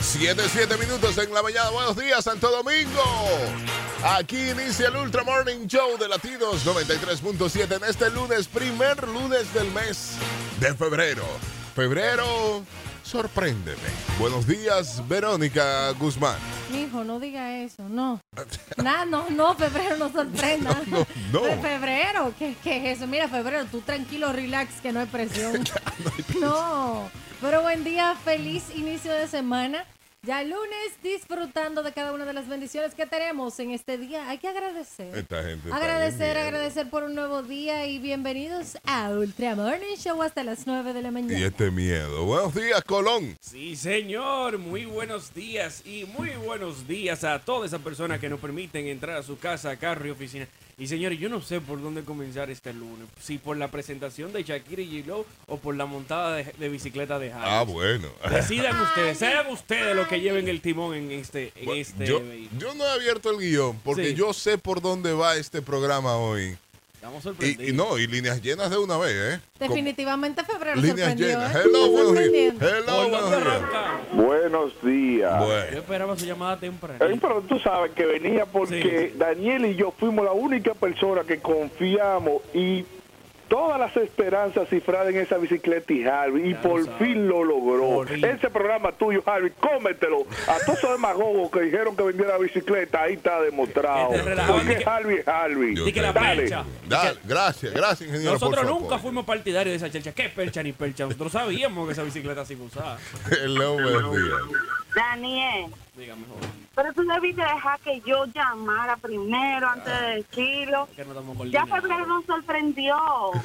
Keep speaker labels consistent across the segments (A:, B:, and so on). A: 7, 7 minutos en la mañana. Buenos días, Santo Domingo. Aquí inicia el Ultra Morning Show de Latinos 93.7 en este lunes, primer lunes del mes de febrero. Febrero, sorpréndeme. Buenos días, Verónica Guzmán.
B: Hijo, no diga eso, no. Nah, no, no, febrero no sorprenda.
A: No, no.
B: De febrero, ¿qué, qué es eso? Mira, febrero, tú tranquilo, relax, que no hay presión. no, pero buen día, feliz inicio de semana. Ya lunes disfrutando de cada una de las bendiciones que tenemos en este día. Hay que agradecer.
A: Esta gente. está bien
B: Agradecer,
A: mierda.
B: agradecer por un nuevo día y bienvenidos a Ultra Morning Show hasta las 9 de la
A: Y
B: mañana.
A: este miedo. Buenos días, Colón.
C: Sí, señor. Muy buenos días y muy buenos días a todas esas personas que nos permiten entrar a su casa, carro y oficina. Y señores, yo no sé por dónde comenzar este lunes. Si por la presentación de Shakira y J-Lo o por la montada de, de bicicleta de Harry.
A: Ah, bueno.
C: Decidan ustedes, sean ustedes los que lleven el timón en este, en
A: Bueno,
C: este
A: yo,
C: vehículo.
A: yo no he abierto el guión porque
C: Sí.
A: yo sé por dónde va este programa hoy.
C: Estamos
A: Y-
C: sorprendidos.
A: Y, no, y líneas llenas de una vez, ¿eh?
B: Definitivamente febrero
A: Líneas
B: sorprendió.
A: llenas.
B: ¿eh?
A: Hello,
B: Está
A: buenos días.
B: sorprendiendo.
A: Hello,
C: ¿Por dónde
A: buenos días.
C: arrancamos?
D: Buenos días.
C: Yo
A: Bueno,
C: esperaba su llamada
D: Ey,
C: temprana.
D: eh, pero tú sabes que venía porque Daniel y yo fuimos la única persona que confiamos y todas las esperanzas cifradas en esa bicicleta y Harvey y
C: Ya
D: por
C: lo sabes.
D: fin lo logró.
C: Por fin.
D: Ese programa tuyo, Harvey, cómetelo. A todos esos demagogos que dijeron que vendiera la bicicleta, ahí está demostrado.
C: Que te relajan,
D: Porque
C: que-
D: Harvey es Harvey.
A: Yo
C: Y que la
D: Dale.
C: percha.
A: dale, gracias, gracias, ingeniero.
C: Nosotros
A: por su
C: nunca
A: apoyo.
C: fuimos partidarios de esa chelcha. ¿Qué percha ni percha? Nosotros sabíamos que esa bicicleta se iba a usar.
A: Hello, buenos días.
E: Daniel,
C: Dígame, joven.
E: pero tú debiste dejar que yo llamara primero antes de decirlo.
C: Ah. que no estamos
E: Ya
C: coordinados.
E: febrero nos sorprendió.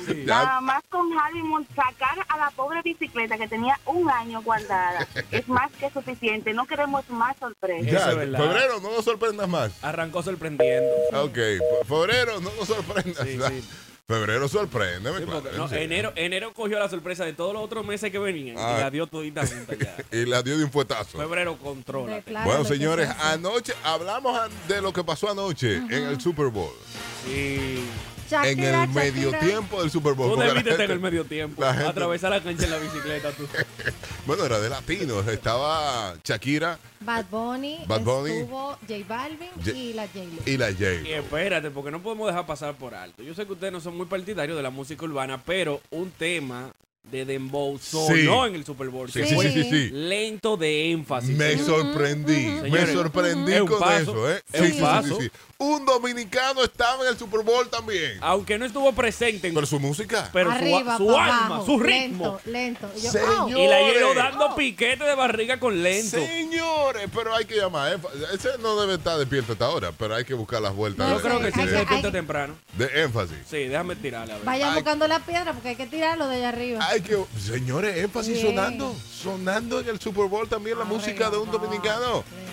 C: Sí.
E: Nada más con Harvey Moon sacar a la pobre bicicleta que tenía un año guardada. Es más que suficiente. No queremos más sorpresas.
A: Ya,
C: es verdad.
A: febrero, no nos sorprendas más.
C: Arrancó sorprendiendo.
A: Ok, fe- febrero, no nos sorprendas.
C: Sí,
A: más.
C: sí.
A: Febrero, sorpréndeme.
C: Sí,
A: claro,
C: porque, no,
A: sí.
C: enero, enero cogió la sorpresa de todos los otros meses que venían
A: Ah.
C: y la dio todita junta ya.
A: Y la dio de un puetazo.
C: Febrero controla.
B: Decláralo,
A: Bueno,
B: Eh, que
A: señores,
B: sí.
A: anoche hablamos an- de lo que pasó anoche en el Super Bowl.
C: Sí.
B: Shakira,
A: en el medio
B: Shakira.
A: tiempo del Super Bowl.
C: Tú
A: porque la
C: debiste tener
A: gente-
C: medio tiempo.
A: la gente-
C: Atravesar la cancha en la bicicleta tú.
A: Bueno, era de latinos. Estaba Shakira
B: Bad Bunny,
A: Bad Bunny.
B: estuvo J Balvin
A: J-
B: y la J-Lo.
A: y la
C: Y
A: J.
C: espérate, porque no podemos dejar pasar por alto. Yo sé que ustedes no son muy partidarios de la música urbana, pero un tema de Dembow sonó en el Super Bowl.
A: Sí,
C: que
A: sí,
C: fue
A: sí, sí, sí.
C: Lento de énfasis.
A: Me
C: Sí.
A: sorprendí, me
C: Señores,
A: sorprendí
C: es un
A: con
C: paso,
A: eso, ¿eh?
C: es un paso.
A: Un dominicano estaba en el Super Bowl también.
C: Aunque no estuvo presente en
A: Pero su música.
C: pero su-
B: Arriba,
C: su,
B: pa'
C: alma,
B: abajo,
C: su ritmo.
B: Lento, lento. Yo-
A: Señor.
C: Y la hielo
A: Señores.
C: dando piquete de barriga con lento.
A: Señores, pero hay que llamar. ¿eh? Ese no debe estar despierto hasta ahora, pero hay que buscar las vueltas.
B: No,
C: Yo creo que sí,
B: Hay
C: se
B: que-
C: despierta
B: hay-
C: temprano.
A: De énfasis.
C: Sí, déjame tirarla. a
B: Oh,
C: ver.
B: vayan
A: Ay.
B: buscando la piedra porque hay que tirarlo de allá arriba.
A: Hay que, señores, énfasis
B: Bien.
A: sonando, sonando en el Super Bowl también la música de un
B: Arriba,
A: dominicano.
B: pa, lento.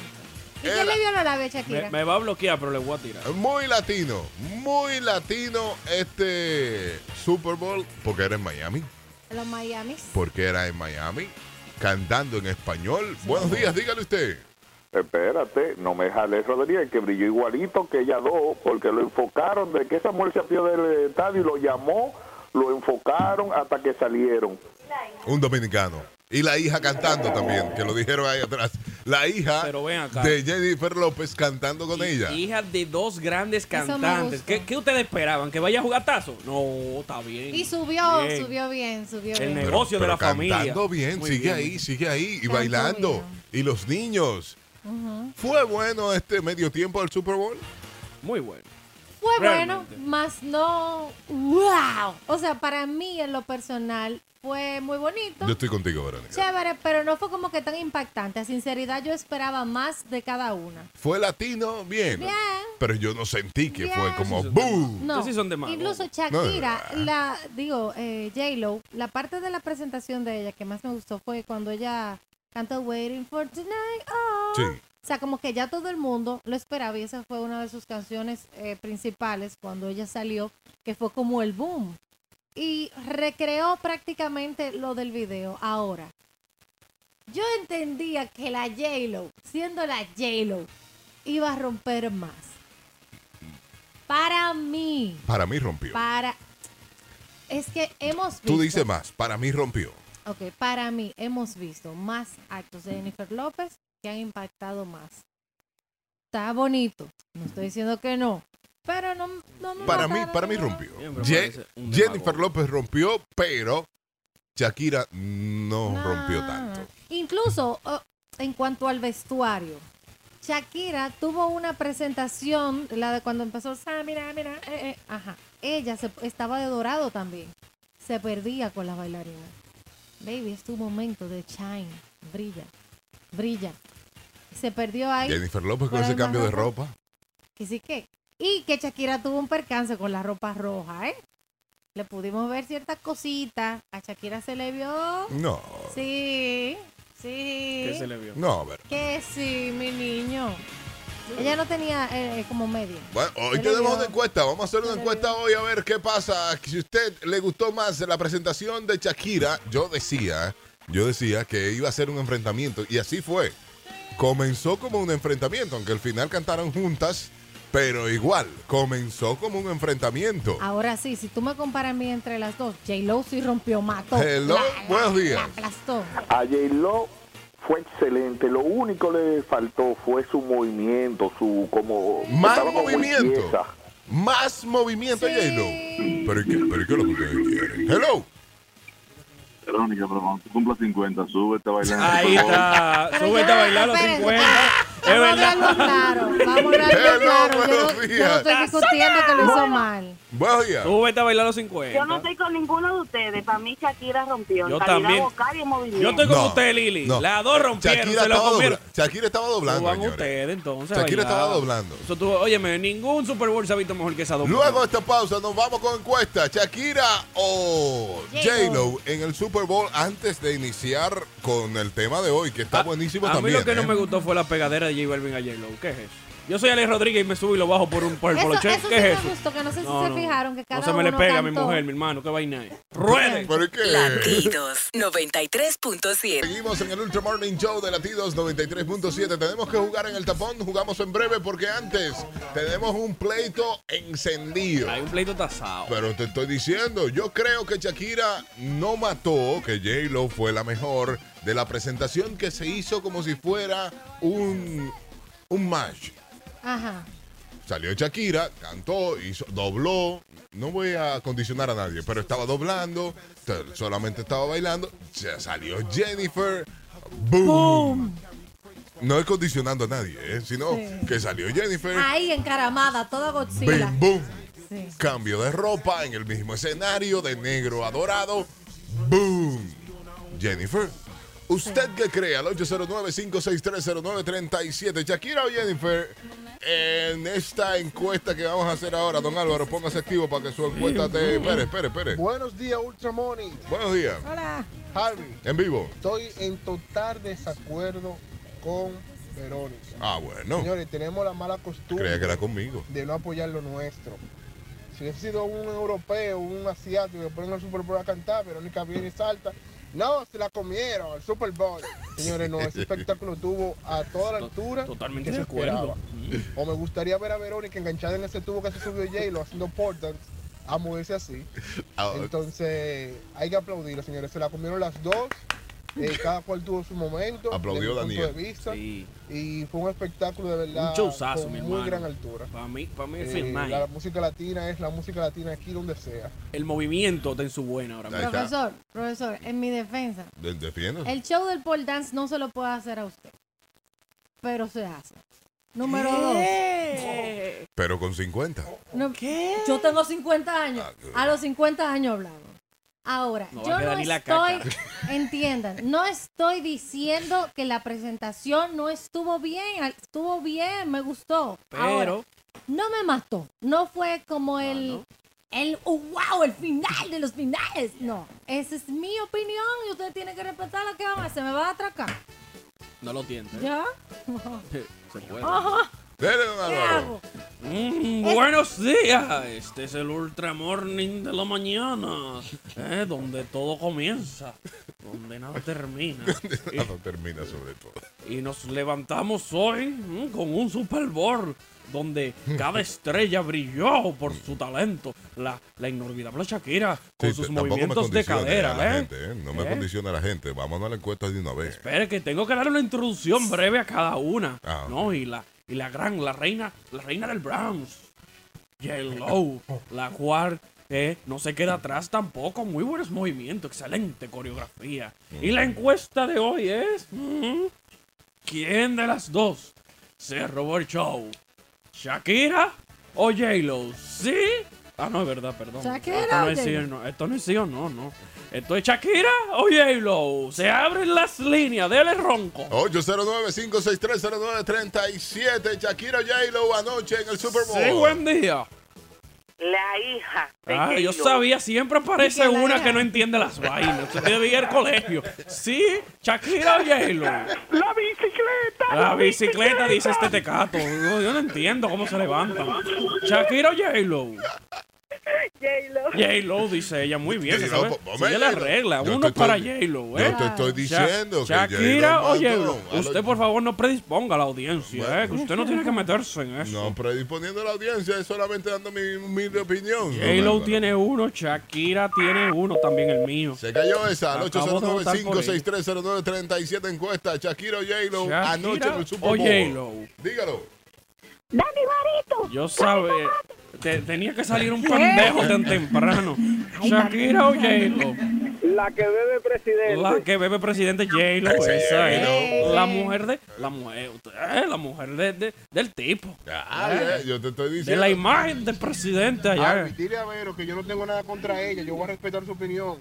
B: ¿Y
A: Era-
B: quién le vio la labia a Shakira?
C: Me, me va a bloquear, pero le voy a tirar.
A: Muy latino, muy latino este Super Bowl, porque era en Miami,
B: Los Miamis.
A: porque era en Miami, cantando en español. Buenos días, dígale usted.
D: Espérate, no me jale Rodríguez, que brilló igualito que ella dos, porque lo enfocaron de que esa mujer se apió del estadio y lo llamó, lo enfocaron hasta que salieron.
A: Un dominicano. Y la hija cantando también, que lo dijeron ahí atrás. La hija
C: Pero ven acá.
A: de Jennifer López cantando con ella.
C: Hija de dos grandes
B: me
C: cantantes.
B: gusta.
C: ¿Qué, qué ustedes esperaban? ¿Que vaya a jugar tazo? No, está bien.
B: Y subió,
C: Bien.
B: subió bien, subió
C: El
B: bien.
C: negro. negocio de la familia.
A: Cantando bien,
C: Muy
A: sigue
C: bien.
A: ahí, sigue ahí y
B: Cantó
A: bailando.
B: bien.
A: Y los niños. ¿Fue bueno este medio tiempo del Super Bowl?
C: Muy bueno.
B: Fue bueno,
C: Realmente.
B: más no. ¡Wow! O sea, para mí en lo personal fue muy bonito.
A: Yo estoy contigo, Verónica.
B: Chévere, pero no fue como que tan impactante. A sinceridad, yo esperaba más de cada una.
A: Fue latino, bien.
B: Bien.
A: Pero yo no sentí que
B: Bien.
A: fue como
C: Sí, sí,
A: ¡boom!
B: No.
C: Ustedes sí son demagogos.
B: Incluso Shakira, la, digo, eh, J-Lo, la parte de la presentación de ella que más me gustó fue cuando ella cantó Waiting for Tonight. oh.
A: Sí.
B: O sea, como que ya todo el mundo lo esperaba y esa fue una de sus canciones eh, principales cuando ella salió, que fue como el boom. Y recreó prácticamente lo del video. Ahora, yo entendía que la J-Lo, siendo la J-Lo, iba a romper más. Para mí,
A: Para mí rompió.
B: para. Es que hemos visto.
A: Tú dices más, para mí rompió.
B: Ok, para mí hemos visto más actos de Jennifer López que han impactado más. Está bonito, no estoy diciendo que no, pero no, no me
A: Para mí,
B: mataron,
A: para mí
B: ¿no?
A: rompió.
C: Siempre
A: Ye-
C: parece un
A: Jennifer
C: demagogo.
A: López rompió, pero Shakira no
B: Nah.
A: rompió tanto.
B: Incluso oh, en cuanto al vestuario. Shakira tuvo una presentación, la de cuando empezó, "Ah, mira, mira, eh, eh", ajá. Ella se, estaba de dorado también. Se perdía con las bailarinas. Baby, es tu momento de shine. Brilla, brilla. Se perdió ahí.
A: Jennifer López con
B: Para
A: ese
B: el
A: cambio de
B: Marroco.
A: ropa.
B: Que sí que. Y que Shakira tuvo un percance con la ropa roja, ¿eh? Le pudimos ver ciertas cositas. A Shakira se le vio.
A: No,
B: Sí, sí.
C: ¿Qué se le vio?
A: no, pero.
B: Que sí, mi niño. Ella no tenía eh, como media.
A: Bueno, hoy
B: Se le
A: tenemos
B: dio.
A: una encuesta. Vamos a hacer una
B: Se le
A: encuesta hoy a ver qué pasa. Si usted le gustó más la presentación de Shakira, yo decía, yo decía que iba a ser un enfrentamiento y así fue. Comenzó como un enfrentamiento, aunque al final cantaron juntas, pero igual comenzó como un enfrentamiento.
B: Ahora sí, si tú me comparas a mí entre las dos, J-Lo sí rompió, mató.
A: Hello, buenos días.
B: La aplastó.
D: A J-Lo fue excelente. Lo único le faltó fue su movimiento, su como...
A: Más
D: estaba como
A: movimiento.
D: tiesa.
A: Más movimiento,
B: Sí.
A: J-Lo. Pero ¿y qué, pero ¿y qué es lo que ustedes quieren? Hello.
F: Verónica, pero cuando tú cumplas 50, súbete bailando.
C: Ahí
F: por favor.
C: está.
B: Pero
C: Súbete
B: ya,
C: a bailar los
B: espérense. Ah,
C: 50. Es
B: Vamos a hablarlo
C: verdad.
B: claro. Vamos a hablarlo
A: Hello,
B: claro. Yo,
A: buenos
B: no- yo no
A: días.
B: estoy discutiendo que lo hizo mal.
A: Buenos días.
C: Súbete a bailar los 50.
E: Yo no estoy con ninguno de ustedes. Para mí Shakira rompió. en
C: Yo
E: calidad
C: también.
E: vocal y en movimiento.
C: Yo estoy con
A: No,
C: usted, Lili.
A: no.
C: Las dos rompieron,
A: Shakira
C: se lo
A: estaba,
C: comieron.
A: dobla- Shakira estaba doblando,
C: Suban
A: señores.
C: ustedes entonces. a
A: Shakira
C: bailar.
A: estaba doblando.
C: Eso tuvo- óyeme, ningún Super Bowl se ha visto mejor que esa dos.
A: Luego de esta pausa nos vamos con encuesta. Shakira o
B: J-Lo.
A: J-Lo en el Super Bowl antes de iniciar con el tema de hoy, que está
C: A-
A: buenísimo
C: a,
A: también.
C: mí lo que no
A: ¿eh?
C: me gustó fue la pegadera de J Balvin a J-Lo. ¿Qué es eso? Yo soy Alex Rodríguez y me subo y lo bajo por un por el
B: Eso,
C: poloche.
B: eso sí
C: ¿Qué
B: me
C: es eso?
B: gustó, que no sé si se fijaron que cada
C: no se me le
B: uno
C: pega a mi
B: cantó.
C: mujer, mi hermano. ¿Qué vaina es? ¡Rueden!
A: ¿Pero es que
G: Latidos 93.7.
A: Seguimos en el Ultra Morning Show de Latidos 93.7. Tenemos que jugar en el tapón. Jugamos en breve porque antes tenemos un pleito encendido.
C: Hay un pleito tasado.
A: Pero te estoy diciendo, yo creo que Shakira no mató, que J-Lo fue la mejor de la presentación que se hizo como si fuera un, un match.
B: Ajá.
A: Salió Shakira, cantó, hizo, dobló. No voy a condicionar a nadie, pero estaba doblando, te- solamente estaba bailando. Se salió Jennifer. ¡Boom! No es condicionando a nadie, ¿eh? sino
B: Sí.
A: que salió Jennifer.
B: Ahí encaramada, toda Godzilla.
A: ¡Bim, boom!
B: Sí.
A: Cambio de ropa en el mismo escenario, de negro a dorado. ¡Boom! Jennifer, ¿usted qué cree? Al 809-56309-37. Shakira o Jennifer, en esta encuesta que vamos a hacer ahora, don Álvaro, póngase activo para que su encuesta te. Espere, espere, espere.
H: Buenos días, Ultra Morning.
A: Buenos días,
B: Hola.
H: Harvey,
A: en vivo.
H: estoy en total desacuerdo con Verónica.
A: Ah, bueno,
H: Señores, tenemos la mala
A: creía que
H: costumbre
A: era conmigo.
H: de no apoyar lo nuestro. Si hubiese sido un europeo, un asiático que ponen el Super Bowl a cantar, Verónica viene y salta. No, se la comieron, el Super Bowl. Señores, no, ese espectáculo tuvo a toda la altura.
C: Totalmente
H: que se
C: de acuerdo. Mm.
H: esperaba. O me gustaría ver a Verónica enganchada en ese tubo que se subió J-Lo haciendo portals a moverse así.
A: Ah,
H: Entonces, hay que aplaudir, señores. Se la comieron las dos. eh, cada cual tuvo su momento.
A: Aplaudió
H: desde mi punto
A: Daniel.
H: de vista,
C: Sí.
H: Y fue un espectáculo de verdad.
C: Un showzazo,
H: con
C: mi
H: Muy
C: hermano.
H: gran altura.
C: Para mí, para mí es
H: Eh,
C: el night.
H: la música latina es la música latina aquí donde sea.
C: El movimiento está en su buena ahora mismo.
A: Ahí está.
B: Profesor, profesor, en mi defensa,
A: de- defiéndase.
B: el show del pole dance no se lo puede hacer a usted, pero se hace. Número
A: Pero con 50.
B: dos. no- Yo tengo 50 años. A los 50 años hablamos. Ahora,
C: Ah, No va a
B: yo
C: quedar
B: no
C: ni la
B: estoy, entiendan, no estoy diciendo que la presentación no estuvo bien, al- estuvo bien, me gustó. Ahora,
C: Pero Ah,
B: no me mató. No fue como el, el "Oh, wow, el final de los finales. No, esa es mi opinión y usted tiene que respetar lo que van a hacer. Me va a atracar.
C: no lo tientes.
B: ¿Ya?
C: Se puede.
B: Ajá,
A: Dele, don
B: ¿Qué
A: Álvaro.
B: hago?
C: Mm, buenos días, este es el Ultra Morning de la mañana, eh, donde todo comienza, donde nada termina.
A: Nada Ah, termina sobre todo.
C: Y nos levantamos hoy mm, con un Super Bowl donde cada estrella brilló por su talento. la, la inolvidable Shakira con
A: Sí,
C: sus
A: t- tampoco me
C: movimientos de
A: condicione a la
C: cadera, ¿eh?
A: gente, ¿eh? No me
C: ¿Eh?
A: condiciona a la gente. Vámonos a la encuesta de una vez.
C: Espera, que tengo que dar una introducción breve a cada una.
A: Ah, ok.
C: No, y la, y la gran, la reina, la reina del Browns. J-Lo, la cual eh, no se queda atrás tampoco. Muy buenos movimientos, excelente coreografía. Y la encuesta de hoy es... mm, ¿Quién de las dos se robó el show? ¿Shakira o J-Lo? ¿Sí? Ah, no, es verdad, perdón.
B: ¿Shakira
C: Esto no
B: o
C: es sí
B: J-Lo?
C: o no. Esto no es sí o no, no. Esto es Shakira o J-Lo. Se abren las líneas, dele ronco.
A: 809-56309-37. Shakira J-Lo anoche en el Super Bowl.
C: Sí, buen día.
E: La hija. de
C: Ah, yo
E: J-Lo.
C: sabía, siempre aparece
B: Ni que la
C: una
B: vea.
C: que no entiende las vainas. Se debe ir al colegio. Sí, Shakira o J-Lo.
E: La bicicleta.
C: La bicicleta dice este tecato. Yo, yo no entiendo cómo se levanta. Shakira o J-Lo.
E: J-Lo.
C: J-Lo dice ella, muy bien.
A: J-Lo,
C: se sabe.
A: po-
C: Sigue
A: ponme
C: la
A: J-Lo.
C: regla,
A: pues, Yo
C: uno
A: te
C: para
A: estoy-
C: J-Lo,
A: Yo
C: ¿eh?
A: te estoy
C: Sha-
A: diciendo que
C: Shakira o
A: mandó
C: J-Lo.
A: a los-
C: Usted, por favor, no predisponga a la audiencia, ¿eh? Que usted no tiene que meterse en eso.
A: No predisponiendo a la audiencia, es solamente dando mi humilde opinión.
C: J-Lo
A: No,
C: tiene uno, Shakira tiene uno, también el mío.
A: Se cayó esa, al
C: Acabo de votar por
A: 809-56309-37 encuesta. Shakira o J-Lo
C: Shakira
A: anoche en el Super
C: o
A: Bowl.
C: J-Lo.
A: Dígalo.
E: Dani Marito.
C: Yo sabe, te- tenía que salir un pendejo tan temprano. Shakira o J-Lo.
D: La que bebe presidente.
C: La que bebe presidente J-Lo, esa es.
B: J-Lo.
C: La mujer de. La mujer, eh, la mujer de- de- del tipo.
A: Ah, eh, yo te estoy
C: De
A: diciendo.
C: la imagen del presidente allá.
H: Arby, dile a Vero que yo no tengo nada contra ella, yo voy a respetar su opinión.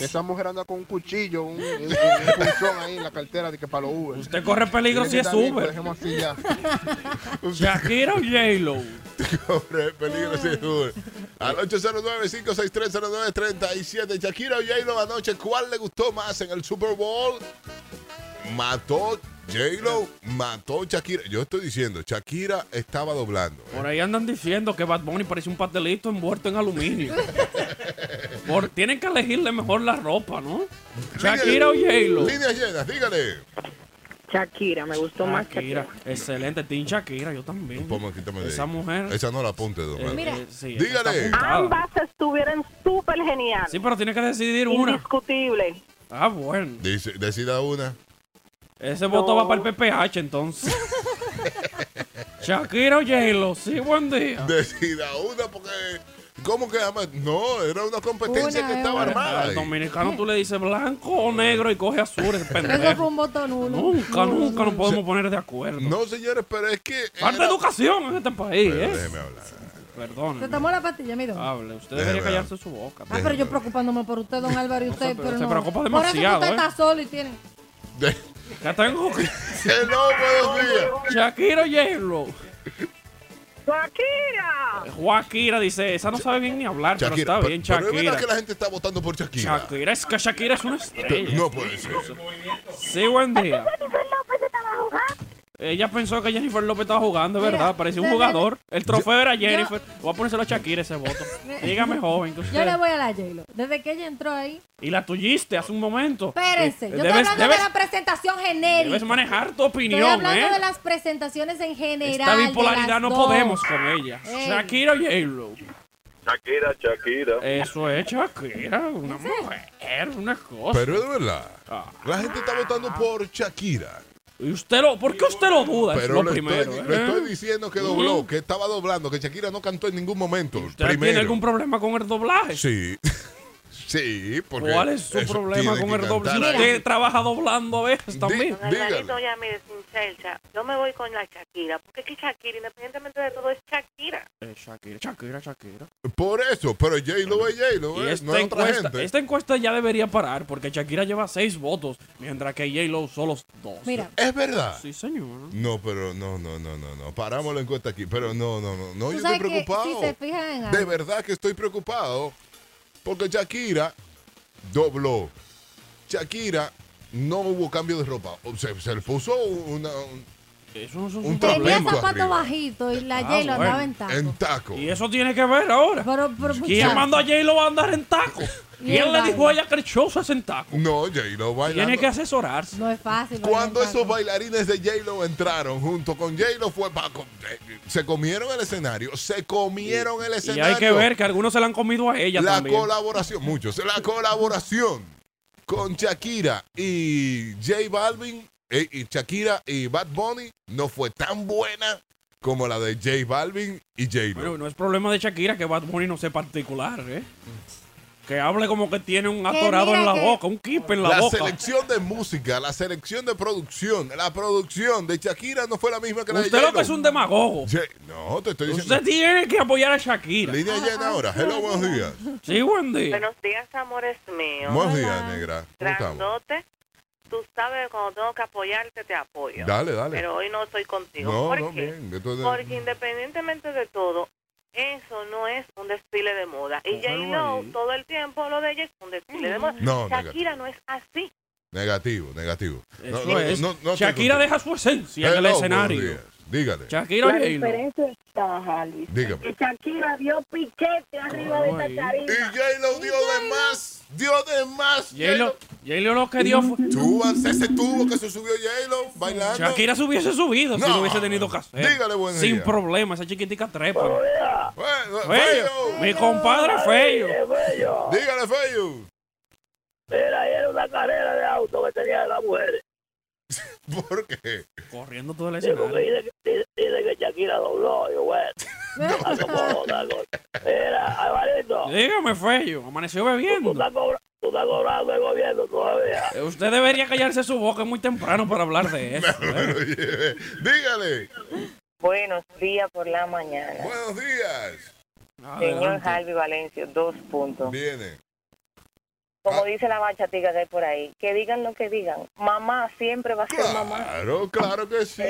H: Esa mujer anda con un cuchillo, un, un, un punzón ahí en la cartera de que para los Uber.
C: Usted corre peligro si
H: Dile que
C: es
H: está bien, que
C: Uber.
H: dejemos así ya.
C: Shakira o J-Lo.
A: Corre peligro sin duda. Al 809-56309-37. Shakira o J-Lo anoche, ¿cuál le gustó más en el Super Bowl? Mató J-Lo, mató Shakira. Yo estoy diciendo, Shakira estaba doblando. ¿eh?
C: Por ahí andan diciendo que Bad Bunny parece un pastelito envuelto en aluminio. Por, tienen que elegirle mejor la ropa, ¿no? Shakira o J-Lo.
A: Líneas llenas, dígale.
E: Shakira, me gustó más
C: Shakira, excelente. Team Shakira, yo también.
A: Vamos, quítame de
C: Esa
A: ahí.
C: mujer.
A: Esa no la apunte, don
C: eh,
A: Mario.
B: Mira.
C: eh, sí,
A: Dígale.
C: está apuntada.
E: Ambas estuvieron súper geniales.
C: Sí, pero tiene que decidir una.
E: Indiscutible.
C: Ah, bueno.
A: Dice, decida una.
C: Ese voto va para el PPH entonces. Shakira o J-Lo. Sí, buen día.
A: Decida una porque. ¿Cómo que ama? No, era una competencia
B: Una,
A: que
B: eh,
A: estaba
B: una.
A: armada.
C: Al
A: ahí.
C: dominicano tú le dices blanco o negro y coge azul, ese
B: Eso fue
C: pendejo.
B: un voto nulo.
C: Nunca,
B: Nulo,
C: nunca nos
B: nulo.
C: podemos poner de acuerdo.
A: No, señores, pero es que.
C: Falta
A: era-
C: educación en este país,
A: Pero
C: ¿eh?
A: déjeme hablar.
B: Se
C: Perdón.
B: tomó la pastilla, mira. Ah,
C: Hable, usted
A: Déjeme
C: debería
A: hablar.
C: callarse su boca.
B: pero yo preocupándome por usted, don Álvaro, y usted,
C: pero
B: pero
C: se
B: no.
C: preocupa
B: Por eso
C: demasiado,
B: que usted
C: ¿eh?
B: está solo y tiene...
A: De-
C: Ya tengo que-
A: Hello, buenos días.
C: Shakira o J-Lo.
E: Shakira.
C: Joaquira dice, esa no sabe bien ni hablar, pero está
A: pe-
C: bien,
A: pero es
C: Shakira.
A: verdad que la gente está votando por Shakira.
C: Shakira, es que Shakira es una estrella.
A: Te- No puede ser.
C: Sí, buen día. Ella pensó que Jennifer López estaba jugando, es
B: Mira,
C: verdad. Parecía un
B: se-
C: jugador. El trofeo era Jennifer.
B: yo-
C: Voy a ponérselo a Shakira ese voto. Dígame, joven. que usted-
B: Yo le voy a la J-Lo. Desde que ella entró ahí...
C: Y la tuyiste hace un momento.
B: Espérense,
C: Eh,
B: yo
C: debes-
B: estoy hablando
C: debes-
B: de la presentación genérica.
C: Debes manejar tu opinión,
B: Estoy hablando
C: ¿eh?
B: de las presentaciones en general.
C: Esta
B: de
C: bipolaridad
B: las
C: no
B: dos.
C: podemos con ella.
B: Ey.
C: Shakira o J-Lo.
F: Shakira, Shakira.
C: Eso es Shakira, una mujer, una cosa.
A: Pero es de verdad.
C: Ah.
A: La gente está votando por Shakira.
C: ¿Y usted lo, ¿Por qué usted lo duda? es
A: Pero
C: lo
A: le
C: primero.
A: estoy,
C: ¿eh?
A: le estoy diciendo que dobló, que estaba doblando, que Shakira no cantó en ningún momento.
C: ¿Usted tiene
A: Primero.
C: algún problema con el doblaje?
A: Sí. sí, porque.
C: ¿Cuál es su
A: eso
C: problema
A: tiene
C: con
A: que
C: el doblaje? Si
A: cantar ahí.
C: usted trabaja doblando a veces también.
A: Di- dígale.
E: ya me desincelcha. Yo me voy con la Shakira. Porque es que Shakira, independientemente de todo, es Shakira.
C: Eh, Shakira, Shakira, Shakira.
A: Por eso, pero J-Lo es
C: Y
A: J-Lo, eh,
C: esta,
A: no es otra
C: encuesta,
A: gente.
C: esta encuesta ya debería parar porque Shakira lleva seis votos, mientras que J-Lo solo dos.
B: Mira,
A: Es verdad.
C: Sí, señor.
A: No, pero no, no, no, no, no. Paramos la encuesta aquí. Pero no, no, no. no
B: tú
A: yo estoy
B: sabes que
A: preocupado.
B: si se fijan en
A: De
B: algo,
A: verdad que estoy preocupado porque Shakira dobló. Shakira no hubo cambio de ropa. O Se, se le puso una, un,
C: Eso no es un,
A: Un
B: tenía
A: problema.
C: problema.
B: zapato
A: arriba.
B: bajito y la
C: Ah,
B: J-Lo
C: bueno.
B: andaba en taco.
A: en taco.
C: Y eso tiene que ver ahora.
B: Pero, pero,
C: ¿Quién
B: muchacho,
C: mandó a J-Lo a andar en taco? Y él le dijo a ella que el show se hacen tacos.
A: No, J-Lo bailando.
C: Tiene que asesorarse.
B: No es fácil. bailar
A: Cuando
B: tango.
A: esos bailarines de J-Lo entraron junto con J-Lo, fue pa- com- eh, se comieron el escenario, se comieron el
C: Y
A: escenario.
C: hay que ver que algunos se la han comido a ella
A: la
C: también.
A: colaboración, muchos, la colaboración con Shakira y J Balvin, eh, y Shakira y Bad Bunny no fue tan buena como la de J Balvin y J Lo.
C: Pero no es problema de Shakira que Bad Bunny no sea particular, ¿eh? Que hable como que tiene un
B: Que
C: atorado
B: mira
C: en la
B: que-
C: boca, un kip en la,
A: la
C: boca.
A: selección de música, la selección de producción, la producción de Shakira no fue la misma que la de
C: Usted lo
A: J-Lo.
C: que es un demagogo.
A: J- No, te estoy diciendo.
C: Usted tiene que apoyar a Shakira.
A: Línea llena ahora. Hello, buenos días.
C: Sí, buen día.
I: Buenos días, amores míos.
A: Buenos días, negra. ¿Cómo estamos?
I: Grandote, tú sabes que cuando tengo que apoyarte, te apoyo.
A: Dale, dale.
I: Pero hoy no estoy contigo.
A: No,
I: ¿Por
A: no,
I: qué?
A: bien. Esto de-
I: Porque independientemente de todo, eso no es un desfile de moda. Y
C: Ojalá
I: J-Lo,
C: ahí.
I: todo el tiempo lo de ella es un desfile de moda.
A: No, negativo.
I: Shakira no es así.
A: Negativo, negativo.
C: Eso
A: No, no,
C: es.
A: no, no te
C: Shakira
A: conté.
C: deja su esencia en el
A: Hello,
C: escenario.
A: buenos días. Dígale,
C: Shakira
E: La
C: y J-Lo.
E: diferencia está, Jalis.
A: dígame.
E: Que Shakira dio piquete arriba
C: Claro,
E: de esta
C: ahí.
A: Y
E: tarima.
A: J-Lo dio de más. Dio de más.
C: J-Lo J-Lo lo que dio fue...
A: Súbanse ese tubo que se subió J-Lo bailando.
C: Shakira se hubiese subido si
A: No.
C: no hubiese tenido que hacer.
A: Dígale buen
C: Sin
A: día.
C: problema, esa chiquitica trepa.
A: Bueno,
C: Feo.
A: Feyo.
C: Mi compadre feo.
E: ¡Qué bello!
A: Dígale, Feyo.
E: Era, era una carrera de auto que tenía la mujer.
A: ¿Por qué?
C: Corriendo todo el
E: Digo que
A: Ah.
C: escenario.
E: dice, dice- dice que Shakira dobló. Digo, bueno, Ah, algo por algo. Era, Alvarito,
C: Dígame, feo. Amaneció
E: tú
C: bebiendo.
E: estás, cobra- tú estás cobrando el gobierno todavía.
C: Eh, Usted debería callarse su boca, es muy temprano para hablar de eso. ¿eh?
A: Oye, Dígale.
I: Buenos días por la mañana.
A: Buenos días.
I: Señor
C: Ah, Adelante.
I: Harvey Valencio, dos puntos.
A: Viene.
I: Como
A: Ah.
I: dice la bachatica que hay por ahí, que digan lo que digan, mamá siempre va a ser mamá.
A: Claro, claro que sí.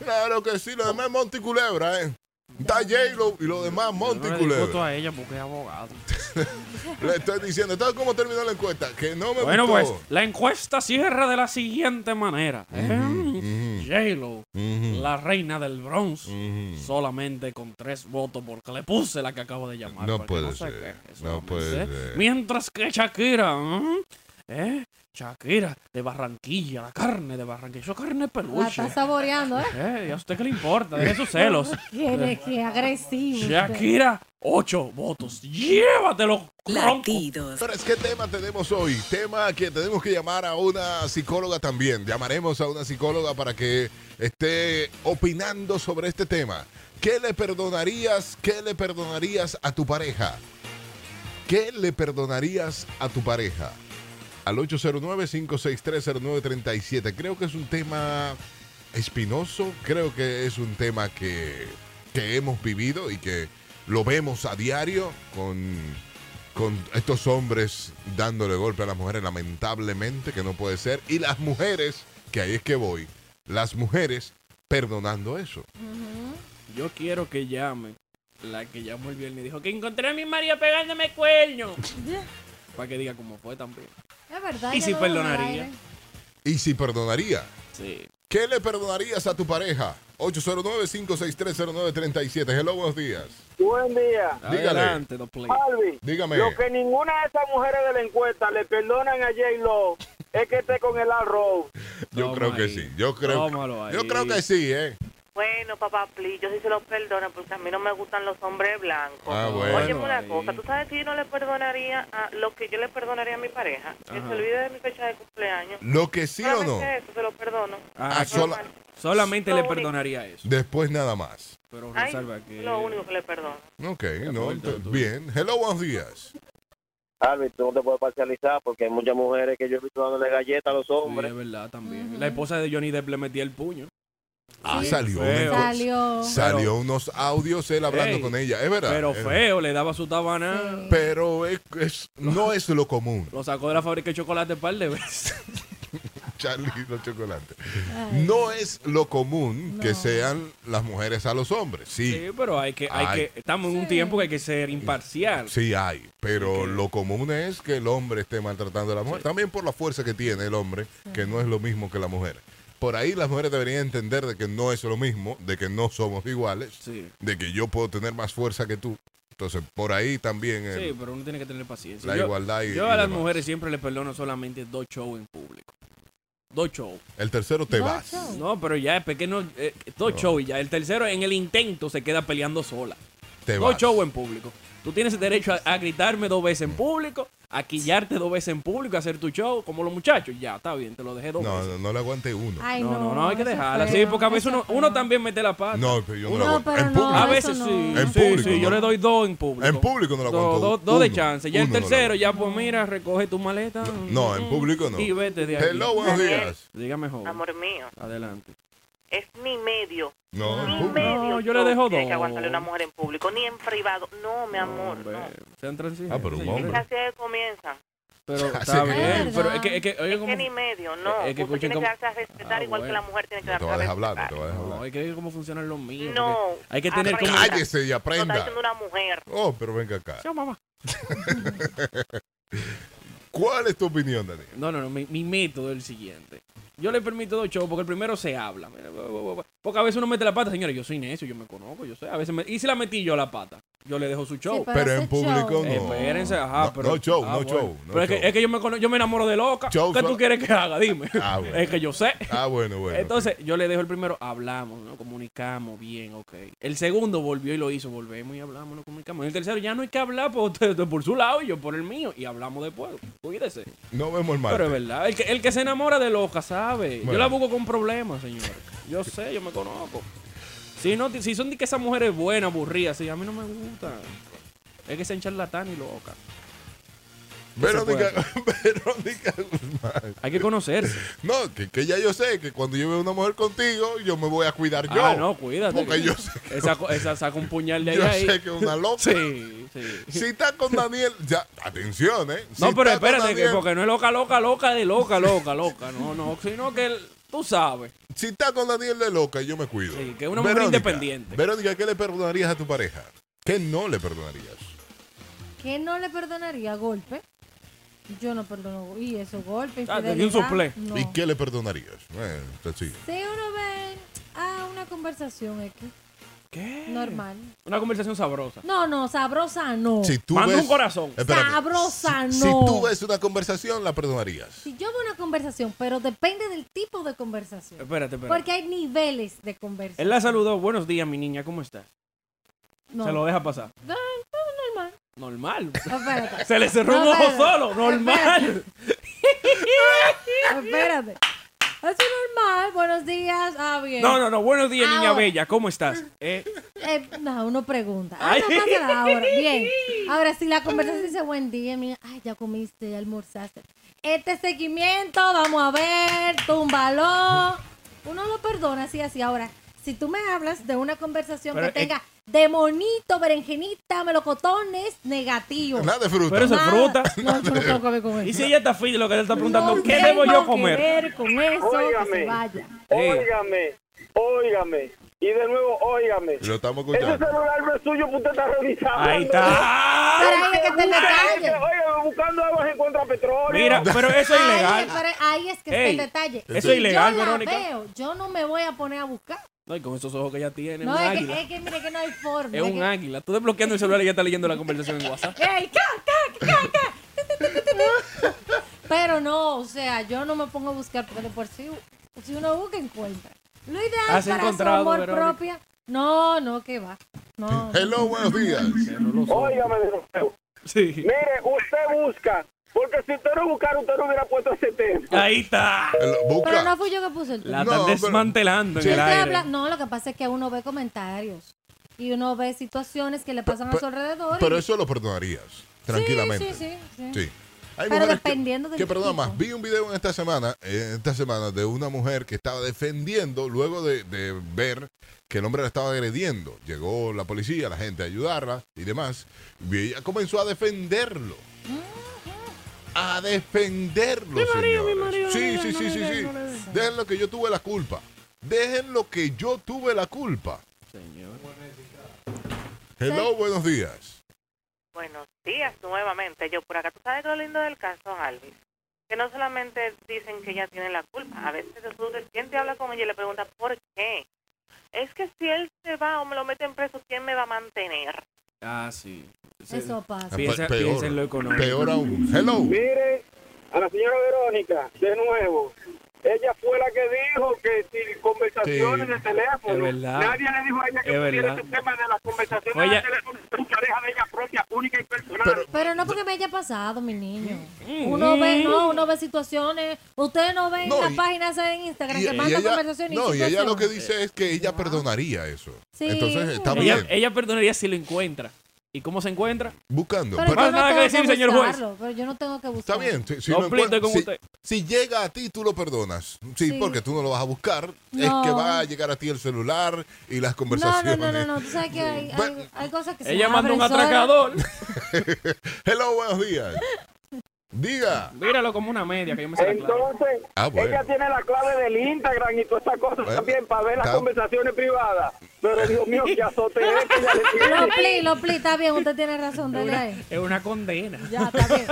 A: Claro que sí. Lo demás es Monte y Culebra, ¿eh? Está J-Lo y lo demás
C: Yo no
A: Monte y
C: le discuto
A: Culebra.
C: a ella porque es abogado.
A: Le estoy diciendo. Entonces, ¿cómo terminó la encuesta? Que no me
C: Bueno, pues,
A: gustó.
C: la encuesta cierra de la siguiente manera. ¿eh? J-Lo,
A: Ujú.
C: la reina del Bronx,
A: Ujú.
C: solamente con tres votos porque le puse la que acabo de llamar.
A: No
C: para que
A: puede
C: se
A: ser,
C: queje,
A: no
C: solamente,
A: puede
C: ¿eh?
A: ser.
C: Mientras que Shakira, ¿eh? ¿eh? Shakira de Barranquilla, la carne de Barranquilla, eso es carne
B: La
C: peluche.
B: está saboreando, ¿eh?
C: ¿eh? ¿Y a usted qué le importa? Deje sus celos. Eh,
B: Tiene que agresivo. usted.
C: Shakira, ocho votos. Llévatelo, cronco.
G: Latidos.
A: Pero es que tema tenemos hoy, tema que tenemos que llamar a una psicóloga también. Llamaremos a una psicóloga para que esté opinando sobre este tema. ¿Qué le perdonarías? ¿Qué le perdonarías a tu pareja? ¿Qué le perdonarías a tu pareja? Al 809-56309-37. Creo que es un tema espinoso, creo que es un tema que, que hemos vivido y que lo vemos a diario con con estos hombres dándole golpe a las mujeres, lamentablemente, que no puede ser. Y las mujeres, que ahí es que voy, las mujeres perdonando eso.
C: Yo quiero que llame la que llamó el viernes y dijo que encontré a mi marido pegándome cuerno. Para que diga cómo fue también.
B: Es verdad.
C: ¿Y
B: yo
C: si
B: lo veo en el
C: perdonaría?
B: aire.
A: Y si perdonaría,
C: Sí.
A: ¿qué le perdonarías a tu pareja? 809-56309-37. Hello, buenos días.
E: Buen día.
A: Dígale.
C: Adelante, Don Play.
E: Albi,
A: Dígame.
E: lo que ninguna de esas mujeres de la encuesta le perdonan a J-Lo es que esté con el arroz.
A: Yo
C: Toma
A: creo que
C: ahí.
A: sí. Yo creo,
C: Tómalo ahí.
A: yo creo que sí, ¿eh?
I: Bueno, papá, please, yo sí se los perdono porque a mí no me gustan los hombres blancos.
A: Ah, bueno.
I: Oye, una
C: ahí.
I: cosa, tú sabes que yo no le perdonaría a lo que yo le perdonaría a mi pareja, que
C: Ajá.
I: se olvide de mi fecha de cumpleaños.
A: Lo que sí o no,
I: Solamente eso se lo perdono.
C: Ah,
A: Ah, sola-
I: Normal.
C: solamente
I: Lo
C: le
I: único.
C: perdonaría eso.
A: después nada más.
C: Pero
I: Ay,
C: resalva que.
I: lo único que le perdono.
A: Ok, no,
C: fuerte,
A: ent-
C: tú.
A: bien. Hello, buenos días.
E: Albi, tú no te puedes parcializar porque hay muchas mujeres que yo he visto dándole galletas a los
C: Sí, es verdad también. La esposa de Johnny Depp le metía el puño.
A: Ah,
B: Sí.
A: salió, una
C: Feo.
A: cosa-
B: Salió.
A: salió unos audios él hablando
C: Ey,
A: con ella. Es verdad. Eh.
C: Pero
A: es
C: feo, le daba su tabana.
B: Sí.
A: Pero es- es- no es lo común,
C: Lo sacó de la fábrica de chocolate un par de veces.
A: Charlie y los chocolates.
B: Ay.
A: No es lo común que
B: No.
A: sean las mujeres a los hombres. Sí,
C: Sí, pero hay que, hay
A: Ay.
C: que, estamos en un tiempo que hay que ser imparcial.
A: sí hay. Pero lo común es que el hombre esté maltratando a la mujer. También por la fuerza que tiene el hombre, que no es lo mismo que la mujer. Por ahí las mujeres deberían entender de que no es lo mismo, de que no somos iguales,
C: Sí.
A: de que yo puedo tener más fuerza que tú, Entonces, por ahí también. eh,
C: Sí, pero uno tiene que tener paciencia.
A: La
C: yo,
A: igualdad y-
C: yo
A: y
C: a las
A: demás.
C: mujeres siempre les perdono solamente dos shows en público. Dos shows.
A: El tercero te vas.
C: No, pero ya es pequeño. eh, dos shows y ya. El tercero en el intento se queda peleando sola.
A: Te
C: dos
A: vas. Mm.
C: shows en público. Tú tienes derecho a, a gritarme dos veces en público, a quillarte dos veces en público, a hacer tu show como los muchachos. Ya, está bien, te lo dejé dos
A: No,
C: veces.
A: no, no le aguante uno.
B: Ay,
C: No,
B: no,
C: no, no, hay que
B: eso es
C: dejarla.
B: feo,
C: Sí, porque a veces
B: eso
C: uno,
B: es feo.
C: uno también mete la pata.
A: No, pero yo no,
B: No,
A: lo aguanto.
B: pero
A: En público.
B: no,
C: A
B: eso
C: veces
B: no.
C: sí.
A: En
C: sí,
A: público,
C: sí, yo
A: no.
C: le doy dos en público.
A: En público no lo aguanto.
C: Dos, dos- dos de
A: Uno.
C: chance. Ya
A: Uno
C: el
A: no lo
C: tercero,
A: aguanto.
C: ya pues mira, recoge tu maleta. Mm,
A: No, en público no.
C: Y vete de aquí.
A: Hello, buenos días.
C: Dígame, joven.
I: Amor mío,
C: Adelante.
I: es mi medio.
A: No, en
I: Mi
A: público.
I: medio.
C: No, yo le dejo
I: Tiene
C: dos.
I: que aguantarle a una mujer en público, ni en privado. No, mi amor,
C: Hombre,
I: no.
C: Sean
A: Ah, pero un
C: señores.
A: hombre.
I: Es así que comienzan.
C: Pero
A: Así
C: está
A: que-
C: bien.
B: Es
C: Pero
B: verdad.
C: es que, es que, oye,
I: Es que
C: como,
I: ni medio, no.
C: Es
I: Usted
C: que escuchen
I: tiene que
C: cómo-
I: darse a respetar
C: Ah,
I: igual que
C: bueno.
I: la mujer tiene que
A: No te
I: darse
A: vas
I: a
A: a dejar hablar,
I: respetar.
A: no te vas a dejar
C: no,
A: hablar.
C: hay que ver cómo funcionan los míos.
I: No,
C: porque Hay que tener como.
I: aprenda.
A: Cállese y
I: Lo está
A: aprenda.
I: diciendo una mujer.
A: Oh, pero venga acá.
C: Sí, mamá.
A: ¿Cuál es tu opinión, Daniel?
C: No, no, no, mi, mi método es el siguiente. Yo le permito dos shows porque el primero se habla. Mira, bu- bu- bu- Porque a veces uno mete la pata, señores, yo soy necio, yo me conozco, yo sé. A veces me- y si la metí yo la pata, yo le dejo su show.
B: Sí,
A: Pero
B: hacer
A: en público
B: show.
A: no.
C: Espérense, ajá,
A: No,
C: pero.
A: no show,
C: ah,
A: no
C: bueno.
A: show, no
C: pero es,
A: show.
C: Que, es que yo me, cono- yo me enamoro de loca.
A: Show,
C: ¿Qué tú
A: so-
C: quieres que haga? Dime.
A: Ah, bueno.
C: Es que yo sé.
A: Ah, bueno, bueno.
C: Entonces, yo le dejo el primero, hablamos, ¿no? Comunicamos, bien, ok. El segundo volvió y lo hizo, volvemos y hablamos, nos comunicamos. El tercero, ya no hay que hablar por, usted- por su lado y yo por el mío. Y hablamos después. Cuídese.
A: no vemos el
C: Pero
A: mal.
C: es verdad. El que, el que se enamora de loca, ¿sabe? Yo
A: Bueno.
C: la busco con problemas, señor. Yo sé, yo me conozco. Si, no, si son de que esas mujeres buenas, aburridas, sí, a mí no me gusta. Es que sean charlatán y loca.
A: Verónica, Verónica Guzmán.
C: Hay que conocerse.
A: No, que, que ya yo sé que cuando yo veo una mujer contigo, yo me voy a cuidar yo.
C: ah, no, cuídate.
A: Porque yo sé que-
C: Esa, co- esa saca un puñal de ahí.
A: Yo
C: ahí.
A: sé que es una loca.
C: Sí, sí.
A: Si está con Daniel, ya, atención, ¿eh? Si
C: No, pero
A: está con
C: espérate, que
A: Daniel-
C: porque no es loca, loca, loca, de loca, loca, loca. No, no, sino que el- tú sabes.
A: Si está con Daniel de loca, yo me cuido.
C: Sí, que es una mujer independiente.
A: Verónica, ¿qué le perdonarías a tu pareja? ¿Qué no le perdonarías?
B: ¿Qué no le perdonaría? ¿Golpe? Yo no perdono. go- Y eso, golpe.
C: Ah, te
B: infidelidad,
C: di un soplé.
B: no.
A: ¿Y qué le perdonarías? Eh, pues sí.
B: Si uno ve ah, una conversación X,
C: ¿Qué?
B: normal.
C: Una conversación sabrosa.
B: No, no, sabrosa no.
A: Si tú
C: Manda
A: ves-
C: un corazón.
A: Espérate.
B: Sabrosa,
A: Si- Si
B: Ah, no.
A: tú ves una conversación, la perdonarías.
B: Si yo veo una conversación, pero depende del tipo de conversación.
C: Espérate, espérate.
B: Porque hay niveles de conversación.
C: Él la saludó. Buenos días, mi niña, ¿cómo estás?
B: No,
C: Se lo deja pasar.
B: no, no, normal.
C: Normal.
B: Espérate,
C: Se le cerró un
B: No,
C: ojo
B: espérate.
C: solo. Normal.
B: espérate. Eso es normal. Buenos días. Ah, bien.
C: No, no, no. Buenos días, niña
B: Ahora.
C: bella. ¿Cómo
A: Mm.
C: estás? Eh,
B: Eh, no, uno pregunta. Ah,
C: Ay.
B: no pasa nada ahora. Bien. Ahora, si la conversación dice buen día, mira, ay, ya comiste, ya almorzaste. Este seguimiento, vamos a ver, túmbalo. Uno lo perdona así, así. Ahora, si tú me hablas de una conversación
C: Pero, eh,
B: que tenga demonito, berenjenita, melocotones, negativo.
A: Nada de fruta.
C: Pero eso-
B: Nada.
C: fruta.
B: Ah, No, yo no tengo que ver con eso.
C: y si ella está fit, lo que él está preguntando,
B: No
C: ¿qué debo
B: tengo
C: yo
B: que
C: comer?
B: ver con eso, que se
J: Óigame.
B: vaya.
J: Óigame, óigame. Y de nuevo, óigame.
A: Lo estamos
J: Ese
A: escuchando.
J: celular no es suyo, pues usted está revisando.
C: Ahí está.
B: Pero ahí es que te me calles.
J: Óigame, buscando aguas en contra petróleo.
C: Mira, pero eso es
B: Ahí
C: ilegal.
B: es- pero ahí es que está
C: Ey,
B: el detalle.
C: eso es
B: Si
C: ilegal,
B: yo la
C: Verónica.
B: veo, yo no me voy a poner a buscar.
C: No, y con esos ojos que ella tiene,
B: No,
C: un
B: es
C: águila.
B: que, es que mire que no hay forma.
C: Es
B: es
C: un
B: que-
C: águila. Tú desbloqueando el celular y ya está leyendo la conversación en WhatsApp.
B: Ey, ca, ca, ca, ca. Pero no, o sea, yo no me pongo a buscar porque de por sí, si uno busca, encuentra. Lo ideal
C: ¿Has
B: para su
C: encontrado,
B: amor
C: Verónica?
B: propia. No, no, que va. No.
A: Hello, buenos días.
J: Óigame de nuevo.
C: Sí.
J: Mire, usted busca. Porque si usted no buscara, usted no hubiera puesto ese tema.
C: Ahí está.
A: Hello,
B: Pero
A: Busca.
B: no fui yo que puse el tema.
C: La
A: No,
C: están
A: pero-
C: desmantelando
A: Sí.
C: en el
B: Usted
C: aire.
B: habla- no, lo que pasa es que uno ve comentarios y uno ve situaciones que le pasan a
A: pe-
B: su alrededor. y-
A: Pero eso lo perdonarías. Tranquilamente.
B: Sí, sí, sí. sí.
A: Sí. Hay
B: Pero
A: mujeres que-
B: dependiendo del
A: que, perdona
B: tipo.
A: más. Vi un video en esta semana, eh, esta semana de una mujer que estaba defendiendo luego de, de ver que el hombre la estaba agrediendo. Llegó la policía, la gente a ayudarla y demás. Y ella comenzó a defenderlo. A defenderlo, señores. sí, sí, sí, sí, sí. Déjenlo que yo tuve la culpa. Déjenlo que yo tuve la culpa. Hello, buenos días.
I: Buenos días nuevamente, yo por acá. ¿Tú sabes lo lindo del caso, Alvis? Que no solamente dicen que ella tiene la culpa, a veces tú te sientes y habla con ella y le pregunta ¿por qué? Es que si él se va o me lo meten preso, ¿quién me va a mantener?
C: Ah, sí.
B: Eso pasa.
C: Piensa,
A: Pe- peor.
C: piensa en lo económico.
A: Peor aún. Hello.
J: Mire, a la señora Verónica, de nuevo, ella fue la que dijo que si conversaciones
C: Sí,
J: de teléfono,
C: es verdad.
J: nadie le dijo a ella que
C: Es
J: pusiera
C: verdad.
J: ese tema de las conversaciones
C: Oye.
J: de teléfono en pareja de ella propia, única y personal.
B: Pero no porque me haya pasado, mi niño.
C: Mm.
B: Uno ve, no, uno ve situaciones. Ustedes no ven
A: No,
B: las
A: y-
B: páginas en Instagram
A: Y,
B: que
A: y
B: mandan
A: ella,
B: conversaciones.
A: no, y ella
B: situaciones.
A: lo que dice es que ella perdonaría eso.
B: Sí.
A: Entonces está
C: Ella,
A: bien.
C: ella perdonaría si lo encuentra. ¿Y cómo se encuentra?
A: Buscando.
B: Pero
A: Pero-
B: yo
C: Más
B: no
C: nada
B: tengo
C: que
B: que
C: Ah, decir, señor juez.
B: buscarlo, Pero yo no tengo que
A: Está
B: buscarlo.
A: bien, si, si
C: No
A: lo
C: pleito
A: encuent-
C: con
A: si-
C: usted.
A: si llega a ti, tú lo perdonas. Sí,
B: Sí.
A: porque tú no lo vas a buscar. Es
B: No.
A: que va a llegar a ti el celular y las
B: No, no,
A: conversaciones.
B: no, no, no. Tú sabes que hay,
A: Bueno.
B: hay, hay cosas que se
C: Ella manda
B: abren
C: un
B: solas.
C: atracador.
A: Hello, buenos días. Diga.
C: Míralo como una media, que yo me sé la clave.
J: Entonces,
A: Ah, bueno.
J: ella tiene la clave del Instagram y todas esas cosas
A: Bueno,
J: también para ver las
A: está-
J: conversaciones privadas. Pero Dios mío, qué azote es que ella le tiene.
B: Lo pli, lo pli, está bien, usted tiene razón,
C: Es
B: dele
C: una,
B: ahí.
C: es una condena.
B: Ya, está bien.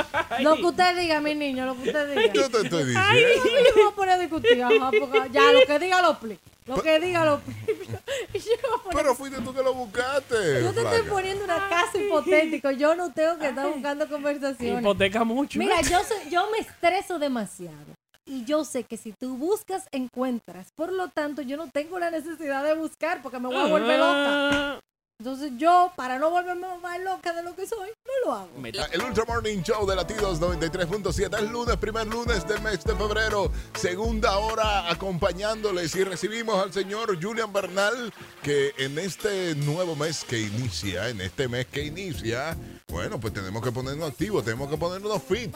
B: Lo que usted diga, mi niño, lo que usted diga.
A: Yo te estoy diciendo.
B: Yo me voy a poner a discutir, ajá, porque ya, lo que diga lo pli. Lo que diga lo pli. Yo me voy a poner-
A: Pero fuiste tú que lo buscaste.
B: Yo te estoy
A: flaca.
B: poniendo una casa hipotética. Yo no tengo que estar buscando conversaciones.
C: Hipoteca mucho.
B: Mira, yo, sé- yo me estreso demasiado. Y yo sé que si tú buscas, encuentras. Por lo tanto, yo no tengo la necesidad de buscar porque me voy a volver loca.
C: Ah,
B: Entonces yo, para no volverme más loca de lo que soy, no lo hago.
C: me-
A: Ah, El Ultra Morning Show de Latidos 93.7 es lunes, primer lunes del mes de febrero, segunda hora acompañándoles y recibimos al señor Julian Bernal que en este nuevo mes que inicia, en este mes que inicia, bueno, pues tenemos que ponernos activos, tenemos que ponernos fit.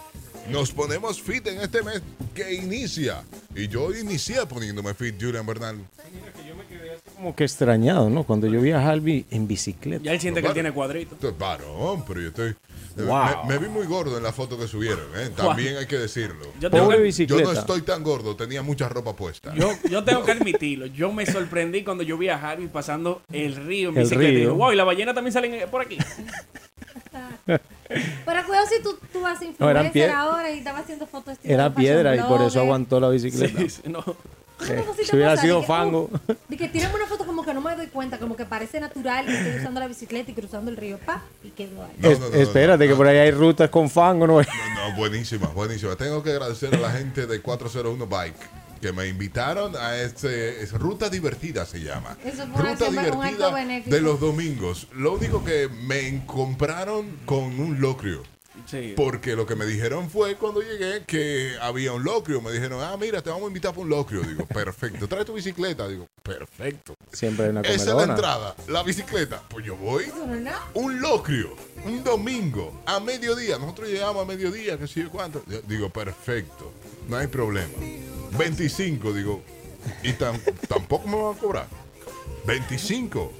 A: Nos ponemos fit en este mes que inicia. Y yo inicié poniéndome fit, Julian Bernal.
K: Como que extrañado, ¿no? Cuando yo vi a Harvey en bicicleta.
C: Ya él siente que él tiene cuadrito.
A: Esto es varón, pero yo estoy...
K: Wow.
A: Me, me vi muy gordo en la foto que subieron, ¿eh? también hay que decirlo.
C: Yo tengo,
K: Pobre
C: que,
A: Yo
K: bicicleta.
A: no estoy tan gordo, tenía mucha ropa puesta.
C: yo, yo tengo que admitirlo. Yo me sorprendí cuando yo vi a Harvey pasando el río en
K: El
C: bicicleta. Y
K: río.
C: digo, wow, y la ballena también salen por aquí.
B: Pero cuidado si tú, tú vas
K: No, eran
B: influencer
K: pie-
B: ahora y estabas haciendo fotos. estilo
K: Era
B: fashion
K: piedra y por eso
B: blogger.
K: aguantó la bicicleta. Eh,
C: Sí, sí, no.
B: ¿Tú no pusiste
K: Si hubiera
B: cosas?
K: sido
B: Dije,
K: fango.
B: "Uh, De que tirame una foto como que no me doy cuenta, como que parece natural y estoy usando la bicicleta y cruzando el río, pa, y quedó ahí.
A: No,
K: Es-
A: no, no,
K: espérate,
A: no,
K: que
A: no.
K: por ahí hay rutas con fango, ¿no?
A: No, no, buenísima, buenísima. Tengo que agradecer a la gente de 401 Bike que me invitaron a este es Ruta Divertida se llama.
B: Eso fue una
A: Ruta
B: acción- un
A: Divertida
B: acto benéfico.
A: de los domingos. Lo único que me compraron con un locrio.
C: Sí.
A: Porque lo que me dijeron fue cuando llegué que había un locrio. Me dijeron, ah, mira, te vamos a invitar para un locrio. Digo, perfecto. Trae tu bicicleta. Digo, perfecto.
K: Siempre hay una
A: Esa es la
K: comedona.
A: entrada. La bicicleta. Pues yo voy.
B: Eso no es nada.
A: un locrio, un domingo, a mediodía. Nosotros llegamos a mediodía, que sé yo cuánto. Yo digo, perfecto, no hay problema. 25, digo, y tam- tampoco me van a cobrar. 25,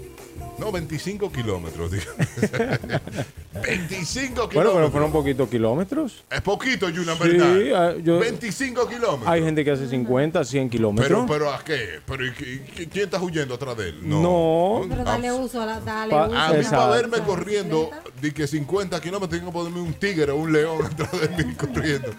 A: no, 25 kilómetros, digo. 25 kilómetros.
K: Bueno, pero fueron poquitos kilómetros.
A: Es poquito, Julian
K: Sí,
A: Bernal.
K: ah, yo-
A: 25 kilómetros.
K: Hay gente que hace 50, 100 kilómetros.
A: pero, ah, pero, ¿a qué? Pero, ¿y qué- qué- ¿Quién está huyendo atrás de él?
K: No.
B: Pero
A: Ah,
B: dale uso a la, dale
K: Pa- ah,
B: uso.
A: A mí
B: a la-
A: para
K: Exacto.
A: verme
B: a la
A: corriendo
B: bicicleta.
A: de que 50 kilómetros tengo que ponerme un tigre o un león atrás de mí corriendo.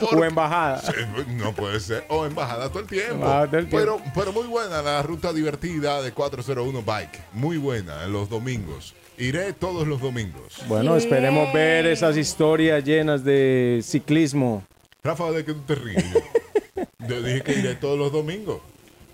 K: O
A: Porque-
K: embajada.
A: No puede ser. O embajada todo el tiempo.
K: Embajada todo el
A: pero, pero muy buena la ruta divertida de 401 Bike. Muy buena en los domingos. Iré todos los domingos.
K: Bueno, esperemos ver esas historias llenas de ciclismo.
A: Rafa, ¿de qué tú te ríes? Yo dije que iré todos los domingos.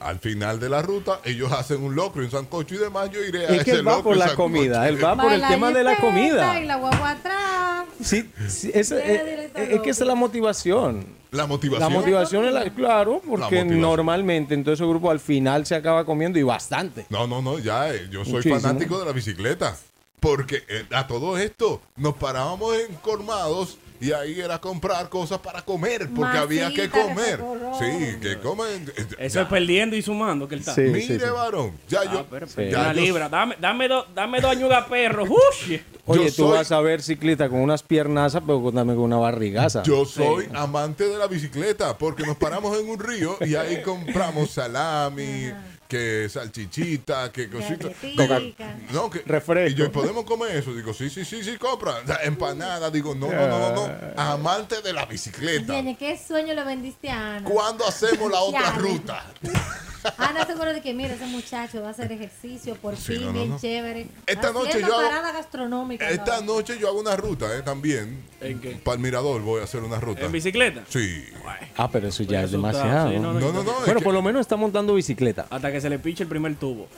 A: Al final de la ruta, ellos hacen un locro, un sancocho y demás. Yo iré a
K: Es que
A: ese
K: él va
A: locro
K: por
A: y
K: la
A: sancocho.
K: comida, él va Ah, por el
B: Baila
K: tema de la
B: jipeta
K: comida.
B: Y la guagua atrás.
K: Sí, sí, esa-
B: Llega
K: eh,
B: directo
K: eh,
B: al
K: es que esa es la motivación.
A: La motivación.
K: La motivación es la, claro, porque
A: motivación.
K: normalmente en todo ese grupo al final se acaba comiendo y bastante.
A: No, no, no, ya, eh, yo soy
K: Muchísimo.
A: fanático de la bicicleta. Porque eh, a todo esto nos parábamos en colmados y ahí era comprar cosas para comer, porque
B: Masita,
A: había que comer.
B: recorrón.
A: Sí, que comen. eh,
C: Eso
A: ya.
C: es perdiendo y sumando que él está.
K: Sí.
A: Mire, varón, ya
C: Ah,
A: yo.
C: pero,
A: ya
C: pero una
A: yo-
C: libra. Dame, dame, do- dame dos añugas perro. Ush.
K: Oye,
A: Yo
K: tú
A: soy-
K: vas a ver ciclista con unas piernazas, pero con- también con una barrigaza.
A: Yo soy amante de la bicicleta porque nos paramos en un río y ahí compramos salami, que salchichita, que cositas.
B: Galletica.
A: No, que
K: Refresco.
A: Y yo, ¿podemos comer eso? Digo, sí, sí, sí, sí, compra. O sea, Empanada, digo, no, no, no, no, no. Amante de la bicicleta.
B: Tiene, qué sueño le vendiste a Ana.
A: ¿Cuándo hacemos la otra
B: Ya.
A: ruta?
B: Ana seguro de que, mira, ese muchacho va a hacer ejercicio por
A: Sí,
B: fin,
A: no, no,
B: bien
A: no.
B: chévere.
A: Esta
B: Haciendo
A: noche yo hago-
B: parada gastronómica.
A: Esta
B: ¿no?
A: noche yo hago una ruta eh, también.
C: ¿En qué?
A: Para el mirador voy a hacer una ruta.
C: ¿En bicicleta?
A: Sí.
K: Ah, pero eso ya es
C: asustado,
K: demasiado.
C: sí, no, no, No, no, no, es
K: bueno,
C: que-
K: por lo menos está montando bicicleta.
C: Hasta que se le pinche el primer tubo.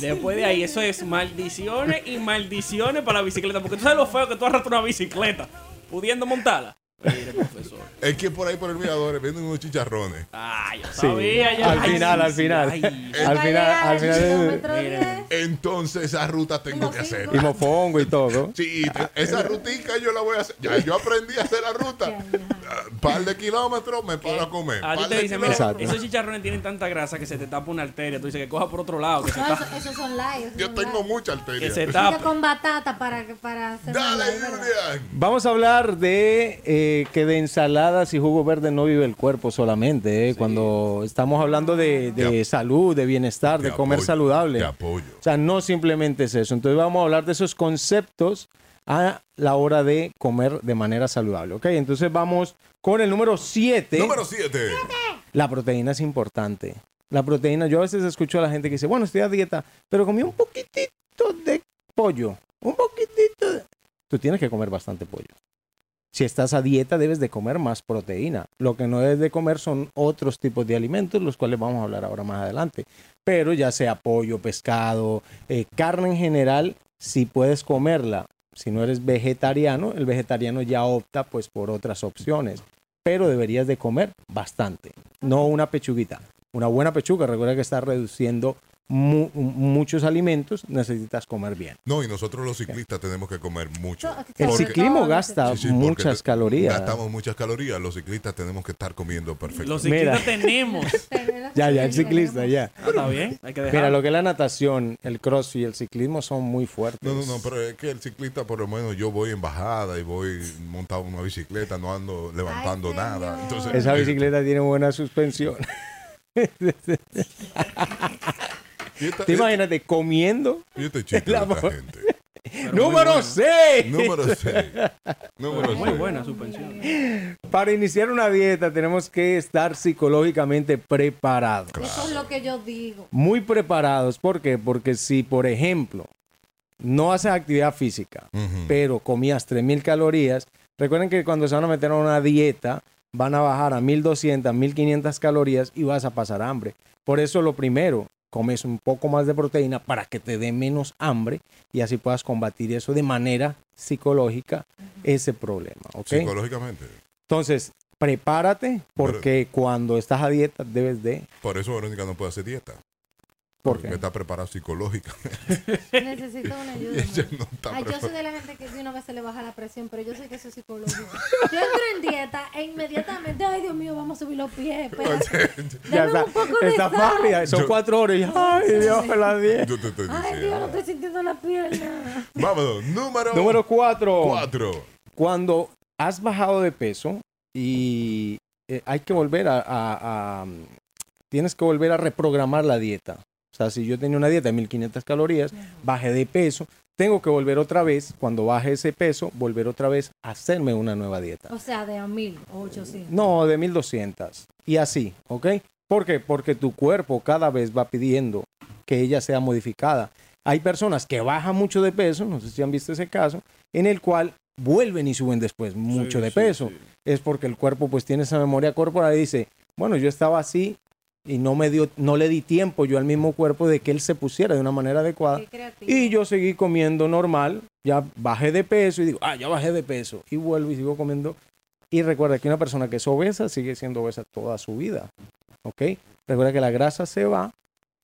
C: Después de ahí, eso es maldiciones y maldiciones para la bicicleta. Porque tú sabes lo feo que tú arrastras una bicicleta pudiendo montarla. Mire, profesor.
A: Es que por ahí por el mirador venden unos chicharrones.
C: Ah, yo
K: Sí. sabía, yo- Al ay, final, sí, al sí, final. ay. Al Va a final, llegar al al final. kilómetro
A: Entonces esa ruta tengo que hacer.
K: Y mofongo y todo.
A: Sí, te- esa rutica yo la voy a hacer. Ya yo aprendí a hacer la ruta. Ah, Un par de kilómetros me paro a comer.
C: A ti
A: Par
C: te
A: de
C: dicen, mira,
A: kilómetros.
C: esos chicharrones tienen tanta grasa que se te tapa una arteria. Tú dices que coja por otro lado. Que se,
B: No,
C: ta-
B: eso- esos son live.
A: Yo tengo mucha arteria.
C: que se
B: Yo
C: tape.
B: con batata para, para hacer más live, ¿verdad?
K: Vamos a hablar de eh, que de ensaladas y jugo verde no vive el cuerpo solamente. eh, Cuando estamos hablando de, de salud, de bienestar, de comer saludable. O sea, no simplemente es eso. Entonces vamos a hablar de esos conceptos a la hora de comer de manera saludable. ¿ok? Entonces vamos con el número 7.
A: Número 7.
K: La proteína es importante. La proteína, yo a veces escucho a la gente que dice, bueno, estoy a dieta, pero comí un poquitito de pollo. Un poquitito de... Tú tienes que comer bastante pollo. Si estás a dieta, debes de comer más proteína. Lo que no debes de comer son otros tipos de alimentos, los cuales vamos a hablar ahora más adelante. Pero ya sea pollo, pescado, eh, carne en general, si puedes comerla. Si no eres vegetariano, el vegetariano ya opta pues por otras opciones. Pero deberías de comer bastante, no una pechuguita. Una buena pechuga, recuerda que estás reduciendo mu- muchos alimentos, necesitas comer bien.
A: No, y nosotros los ciclistas tenemos que comer mucho.
K: El
A: Porque-
K: ciclismo gasta
A: Sí, sí, porque
K: muchas
A: te-
K: calorías.
A: Gastamos muchas calorías. Los ciclistas tenemos que estar comiendo perfecto.
C: Los
K: Mira.
C: ciclistas tenemos.
K: Ya, ya, el ciclista, ya.
C: Ah, está bien, hay que dejar.
K: Mira, lo que es la natación, el cross y el ciclismo son muy fuertes.
A: No, no, no, pero es que el ciclista, por lo menos, yo voy en bajada y voy montado en una bicicleta, no ando levantando nada. Entonces,
K: Esa
A: eh,
K: bicicleta tiene buena suspensión. Te imagínate comiendo.
A: Yo te chico
K: La
A: de esta
K: mo-
A: gente.
K: Número 6.
A: Número seis. Número
C: Muy
A: seis.
C: buena suspensión.
K: Para iniciar una dieta tenemos que estar psicológicamente preparados.
B: Eso es lo que yo digo.
K: Muy preparados. ¿Por qué? Porque si, por ejemplo, no haces actividad física, pero comías 3.000 calorías, recuerden que cuando se van a meter a una dieta, van a bajar a 1.200, 1.500 calorías y vas a pasar hambre. Por eso lo primero, comes un poco más de proteína para que te dé menos hambre y así puedas combatir eso de manera psicológica, ese problema. ¿ok?
A: Psicológicamente.
K: Entonces, prepárate porque cuando estás a dieta debes de...
A: Por eso Verónica no puede hacer dieta.
K: ¿Por
A: Porque está preparada psicológicamente.
B: Necesito una ayuda.
A: Ella no está
B: Ay, yo soy
A: preparada.
B: de la gente que de una vez se le baja la presión, pero yo sé que eso es psicológico. Yo entro en dieta e inmediatamente, ay Dios mío, vamos a subir los pies. espérate.
K: Ya
B: Dame
K: está,
B: un poco de
K: está
B: sal.
K: pálida, son
A: Yo-
K: cuatro horas y ay Dios, la diez.
A: Yo te estoy
B: Ay
A: diciendo.
B: Dios, no estoy sintiendo la pierna.
A: Vámonos. Número,
K: Número cuatro.
A: cuatro.
K: Cuando has bajado de peso y eh, hay que volver a, a- a- Tienes que volver a reprogramar la dieta. O sea, si yo tenía una dieta de 1500 calorías, bajé de peso, tengo que volver otra vez, cuando baje ese peso, volver otra vez a hacerme una nueva dieta.
B: O sea, de a mil o ochocientos.
K: No, de 1200. Y así, ¿ok? ¿Por qué? Porque tu cuerpo cada vez va pidiendo que ella sea modificada. Hay personas que bajan mucho de peso, no sé si han visto ese caso, en el cual vuelven y suben después mucho de peso. Es porque el cuerpo pues tiene esa memoria corporal y dice, bueno, yo estaba así y no me dio no le di tiempo yo al mismo cuerpo de que él se pusiera de una manera adecuada y yo seguí comiendo normal, ya bajé de peso y digo, ah, ya bajé de peso y vuelvo y sigo comiendo y recuerda que una persona que es obesa sigue siendo obesa toda su vida. ¿Ok? Recuerda que la grasa se va,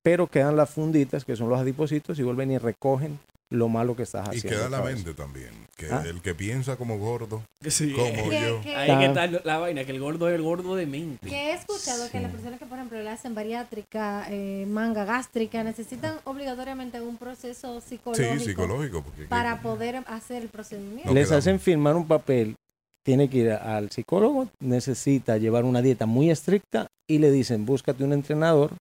K: pero quedan las funditas, que son los adipositos, y vuelven y recogen lo malo que
A: Y
K: estás haciendo.
A: queda la
K: otra vez.
A: mente también. Que
K: Ah.
A: el que piensa como gordo,
C: Que sí.
A: como yo.
C: Ahí que está lo- la vaina, que el gordo es el gordo de mente.
B: Que he escuchado que las personas que, por ejemplo, le hacen bariátrica, eh, manga gástrica, necesitan obligatoriamente un proceso psicológico.
A: Sí, psicológico. Porque
B: Para poder hacer el procedimiento.
K: Les hacen firmar un papel, tiene que ir a- al psicólogo, necesita llevar una dieta muy estricta y le dicen, búscate un entrenador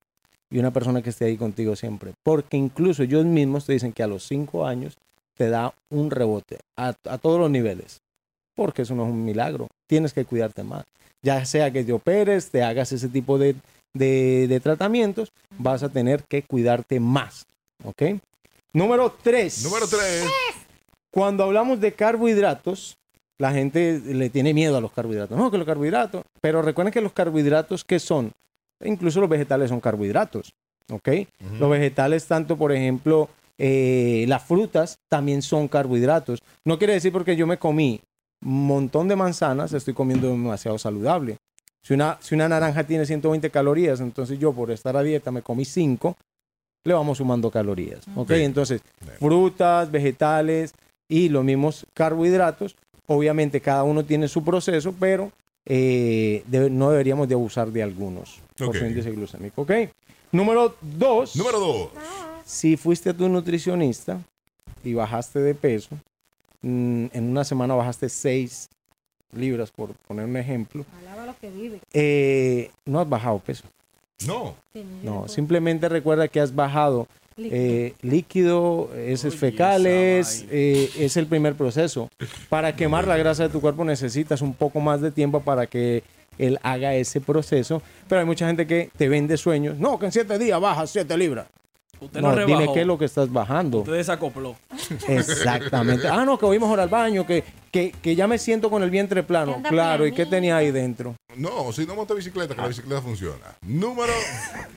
K: y una persona que esté ahí contigo siempre. Porque incluso ellos mismos te dicen que a los cinco años te da un rebote a, a todos los niveles. Porque eso no es un milagro. Tienes que cuidarte más. Ya sea que te operes, te hagas ese tipo de, de, de tratamientos, vas a tener que cuidarte más. ¿Ok? Número 3.
A: Número 3.
K: Cuando hablamos de carbohidratos, la gente le tiene miedo a los carbohidratos. No, que los carbohidratos. Pero recuerden que los carbohidratos que son, incluso los vegetales son carbohidratos. ¿Ok? Los vegetales, tanto por ejemplo, eh, las frutas también son carbohidratos. No quiere decir porque yo me comí un montón de manzanas, estoy comiendo demasiado saludable. Si una, si una naranja tiene 120 calorías, entonces yo por estar a dieta me comí 5, le vamos sumando calorías. ¿Ok?
A: Mm. Bien.
K: Entonces, frutas, vegetales y los mismos carbohidratos. Obviamente cada uno tiene su proceso, pero eh, debe- no deberíamos de abusar de algunos por
A: Ok.
K: su índice glucémico. ¿Ok? Número dos.
A: Número dos.
K: Si fuiste a tu nutricionista y bajaste de peso, mm, en una semana bajaste 6 libras, por poner un ejemplo,
B: Alaba lo que vive.
K: eh, no has bajado peso.
A: No.
K: No, simplemente recuerda que has bajado
B: Líquido.
K: eh, líquido, heces fecales, eh, es el primer proceso. Para quemar la grasa de tu cuerpo necesitas un poco más de tiempo para que él haga ese proceso, pero hay mucha gente que te vende sueños. No, que en siete días bajas siete libras.
C: Usted no, rebajó.
K: dime qué es lo que estás bajando.
C: Usted desacopló.
K: Exactamente. Ah, no, que voy mejor al baño, que, que, que ya me siento con el vientre plano.
A: Anda
K: Claro, ¿y qué tenía ahí dentro?
A: No, si no monta bicicleta,
C: Ah.
A: que la bicicleta funciona. Número.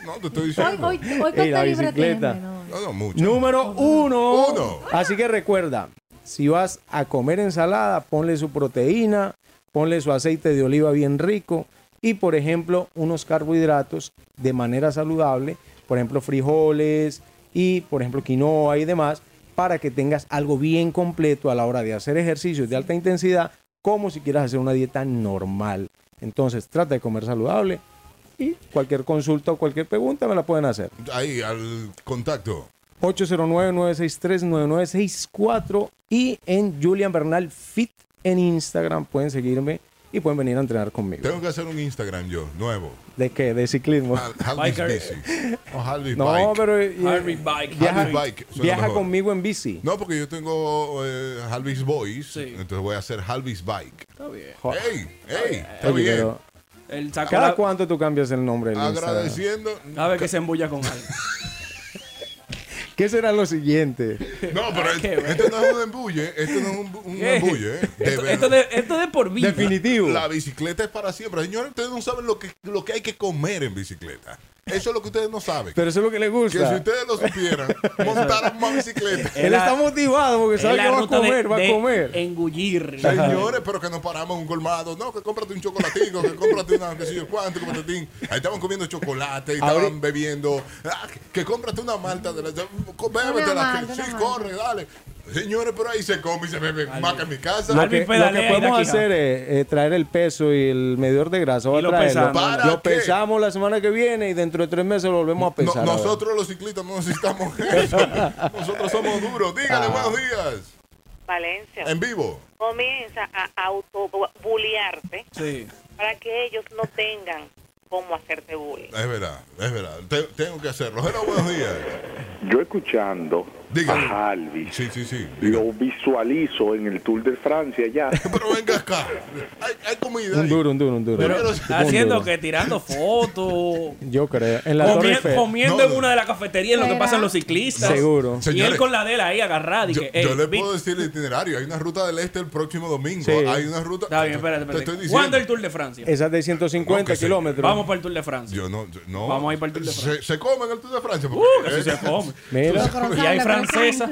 A: No, te estoy diciendo.
B: Hoy- hoy- hoy
K: Ey, la bicicleta.
A: No, no, mucho.
K: Número uno. Así que recuerda, si vas a comer ensalada, ponle su proteína, ponle su aceite de oliva bien rico y, por ejemplo, unos carbohidratos de manera saludable, por ejemplo, frijoles y, por ejemplo, quinoa y demás, para que tengas algo bien completo a la hora de hacer ejercicios de alta intensidad, como si quieras hacer una dieta normal. Entonces, trata de comer saludable y cualquier consulta o cualquier pregunta me la pueden hacer.
A: Ahí, al contacto.
K: 809-963-9964 y en Julian Bernal Fit en Instagram pueden seguirme y pueden venir a entrenar conmigo.
A: Tengo que hacer un Instagram yo, nuevo.
K: ¿De qué? De ciclismo.
A: Harvey's Bici. O Harvey
K: No,
A: Bike.
K: pero, eh, Harvey Bike. viaja-
A: Harvey Bike, suena
K: viaja
A: mejor.
K: conmigo en bici.
A: No, porque yo tengo eh, Harvey's Boys. Entonces voy a hacer Harvey's Bike. Está
C: bien.
A: ¡Ey! ¡Ey! Está
K: Oye,
A: bien.
K: pero
C: El sacó
K: ¿Cada
C: la-
K: cuánto tú cambias el nombre? del Instagram?
A: Agradeciendo.
C: A ver que se embulla con algo.
K: ¿Qué será lo siguiente?
A: No,
C: Ah,
A: pero este, este no es un embulle. Este no es un, un
C: Eh,
A: embulle. ¿eh?
C: esto- esto de- esto de por vida.
K: Definitivo.
A: La bicicleta es para siempre. Señores, ustedes no saben lo que, lo que hay que comer en bicicleta. Eso es lo que ustedes no saben.
K: Pero eso es lo que le gusta.
A: Que si ustedes lo supieran, montaran más bicicleta.
K: Él está motivado porque sabe que va a comer, va a comer.
C: Engullir.
A: Señores, pero que nos paramos en un colmado. No, que cómprate un chocolatico, que cómprate una, que sé yo cuánto, que patatín. Ahí estaban comiendo chocolate, y estaban
K: Ahorita-
A: bebiendo. Ah, que- que cómprate una malta de la. de- co- Bébete la
B: Una malta,
A: que
B: una
A: sí,
B: malta.
A: corre, dale. Señores, pero ahí se come y se bebe más que en mi casa.
K: Lo que, lo que podemos hacer es eh, traer el peso y el medidor de grasa. va a
A: lo
K: traerlo.
A: pesamos. ¿Para
K: Lo
A: qué?
K: pesamos la semana que viene y dentro de tres meses lo volvemos a
A: No-
K: pesar. a ver.
A: nosotros los ciclistas no necesitamos eso. nosotros somos duros. Dígale
K: Ah.
A: buenos días.
I: Valencia.
A: En vivo.
I: Comienza a autobulearte
C: Sí.
I: para que ellos no tengan cómo hacerte bullying.
A: Es verdad, es verdad. Te- tengo que hacerlo. Pero buenos días.
D: Yo escuchando a Alvis, lo visualizo en el Tour de Francia ya.
A: Pero venga acá, hay, hay comida.
K: Un duro, un duro, un duro.
C: Pero
K: Un
C: está haciendo
K: duro.
C: que tirando fotos.
K: Yo creo. En la
C: Comien-
K: Torre Eiffel.
C: comiendo en una de las cafeterías en lo que pasan los ciclistas.
K: Seguro.
C: Y él
A: Señores,
C: con la de él ahí agarrada. Y
A: Yo,
C: que,
A: yo
C: "Ey,
A: le
C: vi-
A: puedo decir el itinerario. Hay una ruta del este el próximo domingo.
K: Sí.
A: Hay una ruta.
C: Está bien, espérate, espérate.
A: Te estoy diciendo.
C: ¿Cuándo el Tour de Francia?
K: Esa es de 150 kilómetros.
C: Vamos para el Tour de Francia.
A: Yo no, yo no.
C: Vamos a ir para el Tour de Francia.
A: Se, se comen el Tour de Francia. Porque,
C: Uh, que sí se come.
K: Mira.
C: Y hay francesa.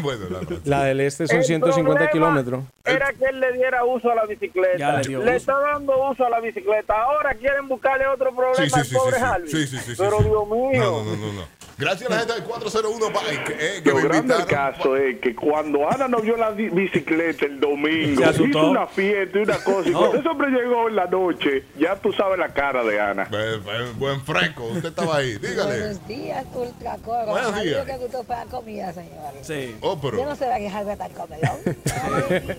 A: bueno, la francesa.
K: La del este son
J: El
K: 150
J: problema-
K: kilómetros.
J: Era que él le diera uso a la
C: Ya
J: bicicleta.
C: le dio uso.
J: Le está dando uso a la bicicleta. Ahora quieren buscarle otro problema
A: Sí, sí, sí,
J: al
A: sí,
J: pobre
A: sí.
J: Harvey.
A: Sí, sí, sí, sí,
J: Pero
A: sí.
J: Dios mío.
A: No, no, no, no. Gracias a la gente del 401 Bike. eh, que
D: Lo
A: me
D: grande del
A: invitaron.
D: caso es que cuando Ana no vio la di- bicicleta el domingo,
C: Se asustó.
D: hizo una fiesta y una cosa. Y cuando ese hombre llegó en la noche, ya tú sabes la cara de Ana.
A: Buen fresco, usted estaba ahí. Dígale.
L: Buenos días, Ultracoro.
A: Buenos
L: A mí
A: días.
L: lo que gustó fue la comida, señores.
C: Sí.
A: Oh, pero.
L: Yo no sé de qué salga tan comelón.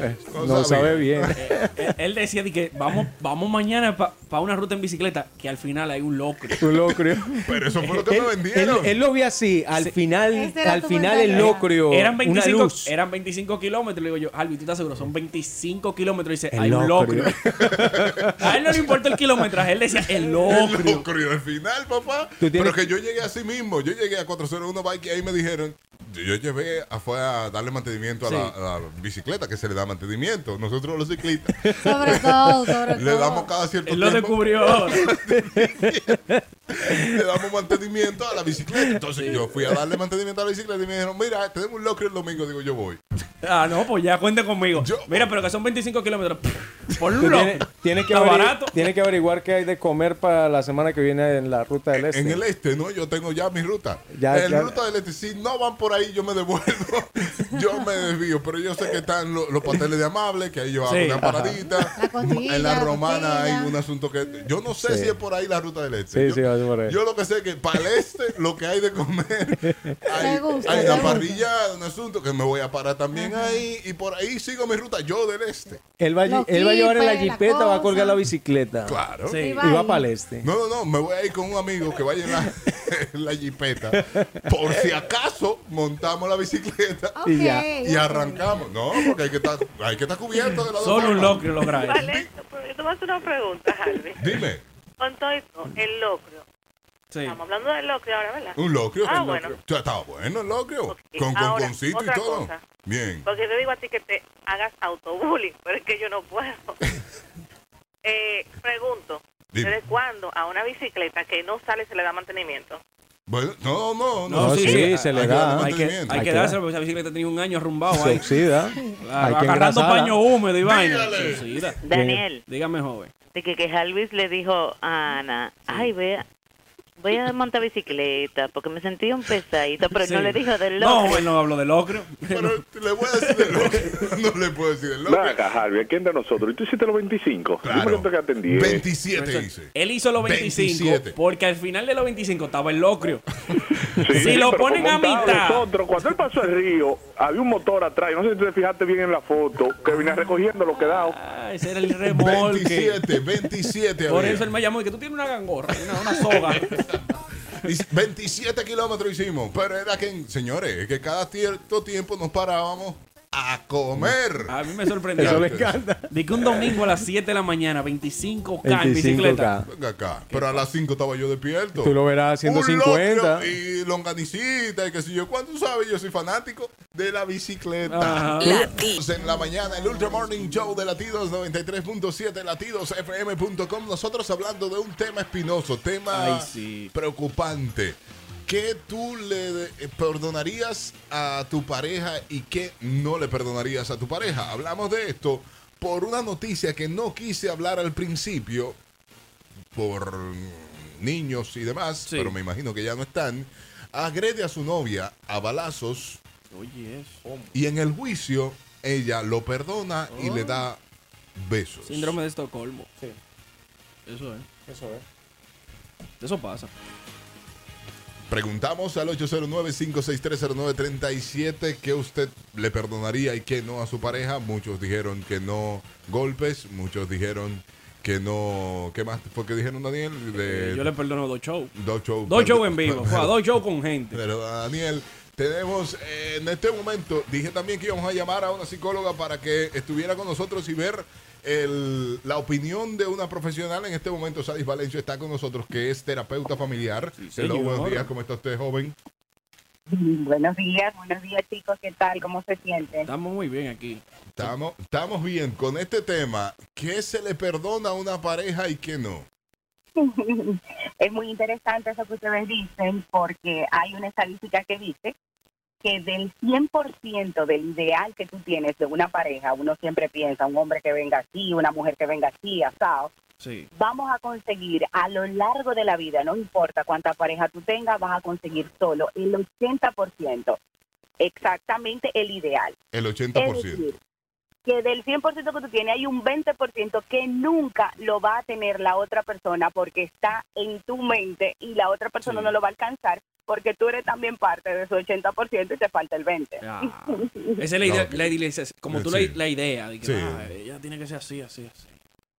K: Eh, No, sabe bien.
C: Eh, eh, él decía de que vamos, vamos mañana para una ruta en bicicleta, que al final hay un locro.
K: Un locrio.
A: Pero eso fue lo que me vendieron.
K: él,
C: vieron?
K: él lo vio así, al final,
C: Ese era
K: al
C: tu
K: final él
C: mensaje.
K: no creó
C: Eran
K: una
C: 25,
K: luz.
C: eran 25 kilómetros. Le digo yo, Albi, ¿tú estás seguro? Son 25 kilómetros. Y dice,
K: El
C: hay un
K: locrio.
C: locrio. a él no le importa el kilómetraje. Él decía, el locrio.
A: El locrio, al final, papá.
K: Tú tienes-
A: Pero que yo llegué así mismo. Yo llegué a 401 Bike y ahí me dijeron. Yo llevé a, fue a darle mantenimiento
C: Sí.
A: a, la, a la bicicleta, que se le da mantenimiento. Nosotros los ciclistas.
B: Sobre todo, sobre
A: Le
B: todo.
A: damos cada cierto
C: Él lo
A: tiempo.
C: descubrió.
A: le damos mantenimiento a la bicicleta. Entonces yo fui a darle mantenimiento a la bicicleta y me dijeron, mira, tenemos un locrio el domingo. Digo, yo voy.
C: Ah, no, pues ya cuente conmigo. Mira, pero que son 25 kilómetros. Por
K: Tú
C: un
K: tienes,
C: locrio.
K: tienes que
C: Está
K: averigu-
C: barato.
K: tienes que averiguar qué hay de comer para la semana que viene en la ruta del este.
A: En el este, ¿no? Yo tengo ya mi ruta.
K: Ya,
A: en
K: ya.
A: la ruta del este, si no van por ahí, yo me devuelvo. yo me desvío. Pero yo sé que están lo- los pasteles de amable, que ahí yo hago
C: Sí,
A: una
K: ajá.
A: paradita.
B: costilla,
A: en la
B: la
A: romana hay
B: costilla.
A: un asunto que. Yo no sé
K: Sí.
A: si es por ahí la ruta del este.
K: Sí,
A: yo,
K: sí, vas por ahí.
A: yo lo que sé es que para el este, lo que hay de comer, hay,
B: Te gusta,
A: hay
B: te
A: una
B: gusta.
A: parrilla, un asunto que me voy a parar también ahí. Y por ahí sigo mi ruta, yo del este.
K: Él va, a-
B: Los
K: él va a llevar en la
B: kippers, la
K: jipeta, va a
B: cosa.
K: colgar la bicicleta.
A: Claro.
C: Sí.
K: Y
B: Y va
K: va
B: ahí.
K: para el este.
A: No, no, no, me voy a ir con un amigo que vaya en la, en la jipeta. Por si acaso montamos la bicicleta
B: Ok,
K: Y ya.
A: y arrancamos. No, porque hay que estar, hay que estar cubierto de la
C: Solo un locrio logra eso.
I: ¿Cuál es? Pero Yo te voy a hacer una pregunta, Albi.
A: Dime,
I: Con todo esto, el locrio.
C: Sí.
I: Estamos hablando del locrio ahora, ¿verdad?
A: un locrio.
I: Ah,
A: un
I: bueno.
A: locrio. Ya Estaba bueno el locrio. Con
I: Ahora,
A: conconcito y
I: otra
A: todo.
I: cosa.
A: Bien.
I: Porque te digo a ti que te hagas autobullying, pero es que yo no puedo. Eh, pregunto,
A: Dime.
I: ¿desde cuándo a una bicicleta que no sale se le da mantenimiento?
A: Bueno, no, no, no.
C: No, sí, sí,
K: se
A: hay
K: le
A: que
K: da.
A: darle
C: Hay que,
A: mantenimiento.
C: hay que dárselo pues, porque esa bicicleta tenía un año arrumbado
K: Se
C: ahí.
K: oxida. Hay
C: Claro,
K: que
C: agarrando
K: engrasarla.
C: paño húmedo y vaina. Se suicida.
K: Daniel,
C: Dígame, joven.
I: de que, que Jalvis le dijo a Ana, ay, voy a, voy a montar bicicleta, porque me sentí un pesadito, pero
C: Sí.
I: no le dijo del
C: No,
I: loco.
C: joven, no hablo de locrio.
A: Pero le voy a decir el locrio. No le puedo decir el
D: Ven
A: locrio.
D: acá, Harvey, ¿quién de nosotros? ¿Y tú hiciste los 25?
A: Claro.
D: Dime que te quedaste en 10.
A: 27 dice.
C: Él hizo los 25
A: 27.
C: porque al final de los 25 estaba el locrio.
D: Sí,
C: si lo
D: pero
C: ponen
D: como
C: a
D: estaba
C: mitad.
D: Nosotros, cuando él pasó el río, había un motor atrás. y No sé si tú te fijaste bien en la foto, que venía recogiendo lo quedado.
C: Ah, ese era el remolque.
A: 27, 27.
C: Por
A: había.
C: eso él me llamó y que tú tienes una gangorra, una, una soga.
A: Y 27 kilómetros hicimos, pero era que, señores, es que cada cierto tiempo nos parábamos a comer.
C: A mí me sorprendió.
K: Eso le
A: Antes.
K: encanta.
C: De que un domingo a las 7 de la mañana, 25K en
K: 25K.
C: bicicleta.
A: Venga acá, pero a las 5 estaba yo despierto.
K: Tú lo verás
A: Un
K: haciendo 50.
A: locrio Y longanicita y qué sé yo. ¿Cuánto sabes? Yo soy fanático de la bicicleta.
C: Ajá.
A: Latidos En la mañana, el Ultra Morning Show de Latidos 93.7, latidosfm.com. Nosotros hablando de un tema espinoso, tema
C: Ay, sí.
A: preocupante. ¿Qué tú le de- eh, perdonarías a tu pareja y qué no le perdonarías a tu pareja? Hablamos de esto por una noticia que no quise hablar al principio, por mm, niños y demás,
C: Sí.
A: pero me imagino que ya no están, agrede a su novia a balazos
C: Oye, eso.
A: y en el juicio ella lo perdona y le da besos.
C: Síndrome de Estocolmo.
K: Sí.
C: Eso es.
K: Eso es.
C: Eso pasa.
A: Preguntamos al 809-56309-37 qué usted le perdonaría y qué no a su pareja. Muchos dijeron que no golpes, muchos dijeron que no... ¿Qué más fue que dijeron, Daniel? De,
C: Yo le perdono dos shows.
A: Dos shows.
C: Dos shows en vivo. Fue a dos shows con gente.
A: Pero Daniel, tenemos eh, en este momento, dije también que íbamos a llamar a una psicóloga para que estuviera con nosotros y ver el- la opinión de una profesional. En este momento, Sadis Valencio está con nosotros, que es terapeuta familiar. Hello,
C: señor.
A: buenos días, ¿cómo está usted, joven?
E: Buenos días, buenos días chicos, ¿qué tal? ¿Cómo se sienten?
C: Estamos muy bien aquí.
A: Estamos, estamos bien con este tema. ¿Qué se le perdona a una pareja y qué no?
E: es muy interesante eso que ustedes dicen porque hay una estadística que dice que del 100% del ideal que tú tienes de una pareja, uno siempre piensa, un hombre que venga aquí, una mujer que venga aquí, asado,
C: Sí.
E: vamos a conseguir a lo largo de la vida, no importa cuánta pareja tú tengas, vas a conseguir solo el 80%, exactamente el ideal.
A: El
E: Es
A: 80%.
E: decir, que del 100% que tú tienes hay un 20% que nunca lo va a tener la otra persona porque está en tu mente y la otra persona
C: Sí.
E: no lo va a alcanzar porque tú eres también parte de ese 80% y te falta el 20%.
C: Ah. Esa es la idea.
A: No,
C: la idea- como tú la-
A: sí.
C: la, idea. De que,
A: Sí.
C: ah, ella tiene que ser así, así, así.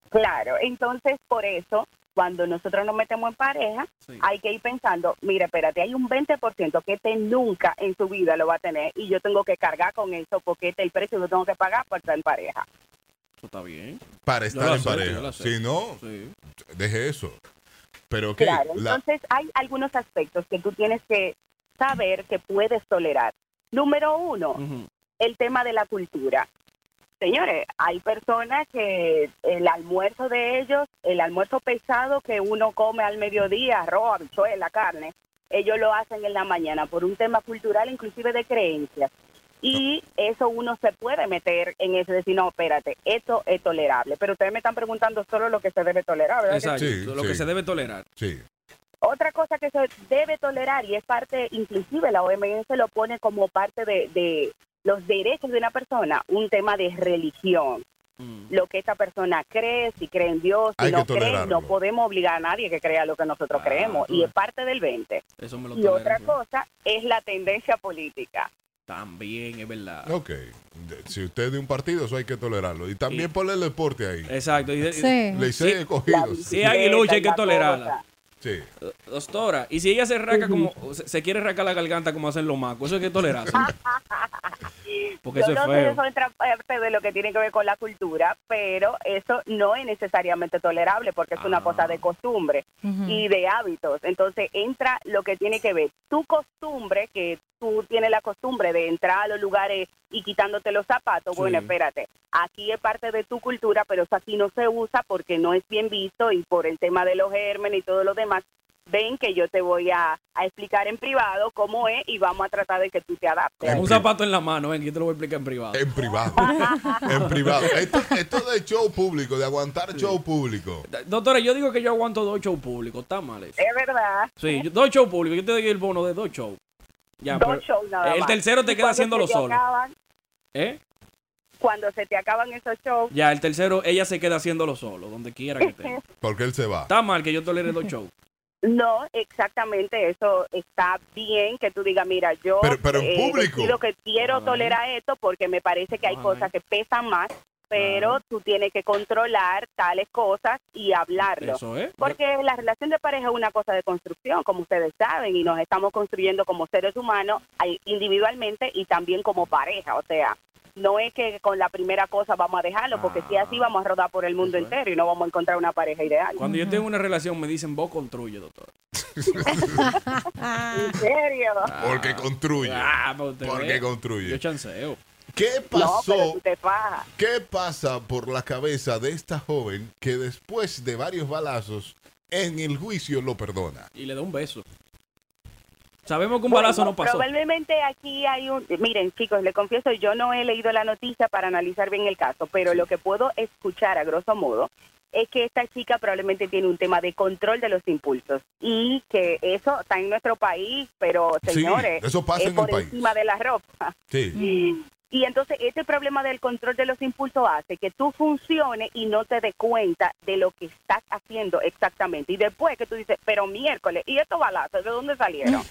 E: Claro, entonces por eso cuando nosotros nos metemos en pareja, hay que ir pensando, mira, espérate, hay un 20% que este nunca en su vida lo va a tener y yo tengo que cargar con eso porque este es el precio que tengo que pagar por estar en pareja.
C: Eso está bien.
A: Para estar en
C: lo acepto, yo lo
A: pareja.
C: acepto.
A: Si no, deje eso. Pero que
E: Claro, entonces hay algunos aspectos que tú tienes que saber que puedes tolerar. Número uno, el tema de la cultura. Señores, hay personas que el almuerzo de ellos, el almuerzo pesado que uno come al mediodía, arroz, habichuela, carne, ellos lo hacen en la mañana por un tema cultural, inclusive de creencias. Y eso uno se puede meter en eso, decir, no, espérate, esto es tolerable. Pero ustedes me están preguntando solo lo que se debe tolerar, ¿verdad? que
C: Exacto.
E: sí?
C: lo que se debe tolerar.
A: Sí.
E: Otra cosa que se debe tolerar y es parte, inclusive la OMS lo pone como parte de, de los derechos de una persona, un tema de religión. Lo que esta persona cree, si cree en Dios, si
C: Hay
E: no
C: que
E: cree,
C: tolerarlo. Ah,
E: no podemos obligar a nadie que crea lo que nosotros creemos.
C: tú
E: Y
C: ves.
E: es parte del 20.
C: Eso me lo
E: Y otra
C: toleran.
E: cosa es la tendencia política.
C: También, es verdad.
A: Ok. De- Si usted es de un partido, eso hay que tolerarlo. Y también poner el deporte ahí.
C: Exacto.
A: Le
C: de-
A: hice
C: Sí.
A: Licey
C: Sí.
A: escogido.
C: Si es aguilucha, hay que tolerarla.
A: Sí.
C: Doctora, y si ella se raca como. Se, se quiere racar la garganta como hacen los macos, eso hay que tolerar.
E: Ah,
C: Porque
E: Yo
C: eso es
E: creo que
C: feo.
E: eso entra parte de lo que tiene que ver con la cultura, pero eso no es necesariamente tolerable porque es una
C: Ah.
E: cosa de costumbre
M: Ujú.
E: y de hábitos. Entonces entra lo que tiene que ver tu costumbre, que tú tienes la costumbre de entrar a los lugares y quitándote los zapatos.
M: Sí.
E: Bueno, espérate, aquí es parte de tu cultura, pero eso aquí no se usa porque no es bien visto y por el tema de los gérmenes y todo lo demás. Ven que yo te voy a, a explicar en privado cómo es y vamos a tratar de que tú te adaptes.
C: Con un zapato en la mano, ven, yo te lo voy a explicar en privado.
A: En privado. en privado. Esto, esto de show público, de aguantar show público.
C: Doctora, yo digo que yo aguanto dos shows públicos, está mal eso.
E: Es verdad.
C: Sí, yo- dos shows públicos, yo te doy el bono de dos shows. Ya,
E: Dos
C: pero
E: shows nada
C: El
E: más.
C: tercero te
E: Y
C: queda
E: cuando
C: haciéndolo
E: se te
C: solo.
E: acaban-
C: ¿Eh?
E: cuando se te acaban esos shows,
C: Ya, el tercero, ella se queda haciéndolo solo, donde quiera que esté.
A: Porque él se va.
C: Está mal que yo tolere dos shows.
E: no, exactamente, eso está bien que tú digas, mira, yo eh,
C: pero en público.
E: decido que quiero
C: Ay.
E: tolerar esto porque me parece que hay
C: Ay.
E: cosas que pesan más, pero tú tienes que controlar tales cosas y hablarlo.
C: Eso es.
E: Porque la relación de pareja es una cosa de construcción, como ustedes saben, y nos estamos construyendo como seres humanos ahí, individualmente y también como pareja. O sea, no es que con la primera cosa vamos a dejarlo, porque si así vamos a rodar por el mundo entero y no vamos a encontrar una pareja ideal.
C: Ah. Cuando yo tengo una relación, me dicen, vos construye, doctor.
E: ¿En serio?
A: Porque construye.
C: Ah, pues usted
A: Porque
C: ve.
A: construye.
C: Yo chanceo.
A: ¿Qué
E: No, pero
A: pasó?
E: tú te fajas.
A: ¿Qué pasa por la cabeza de esta joven que después de varios balazos en el juicio lo perdona?
C: Y le da un beso. Sabemos que un balazo
E: Bueno,
C: no pasó.
E: Probablemente aquí hay un... Miren, chicos, le confieso, yo no he leído la noticia para analizar bien el caso, pero lo que puedo escuchar a grosso modo es que esta chica probablemente tiene un tema de control de los impulsos y que eso está en nuestro país, pero
A: Sí,
E: señores,
A: eso pasa
E: es
A: en el
E: por
A: país.
E: encima de la ropa.
A: Sí.
E: Y entonces este problema del control de los impulsos hace que tú funciones y no te des cuenta de lo que estás haciendo exactamente. Y después que tú dices, pero miércoles, ¿y estos balazos de dónde salieron?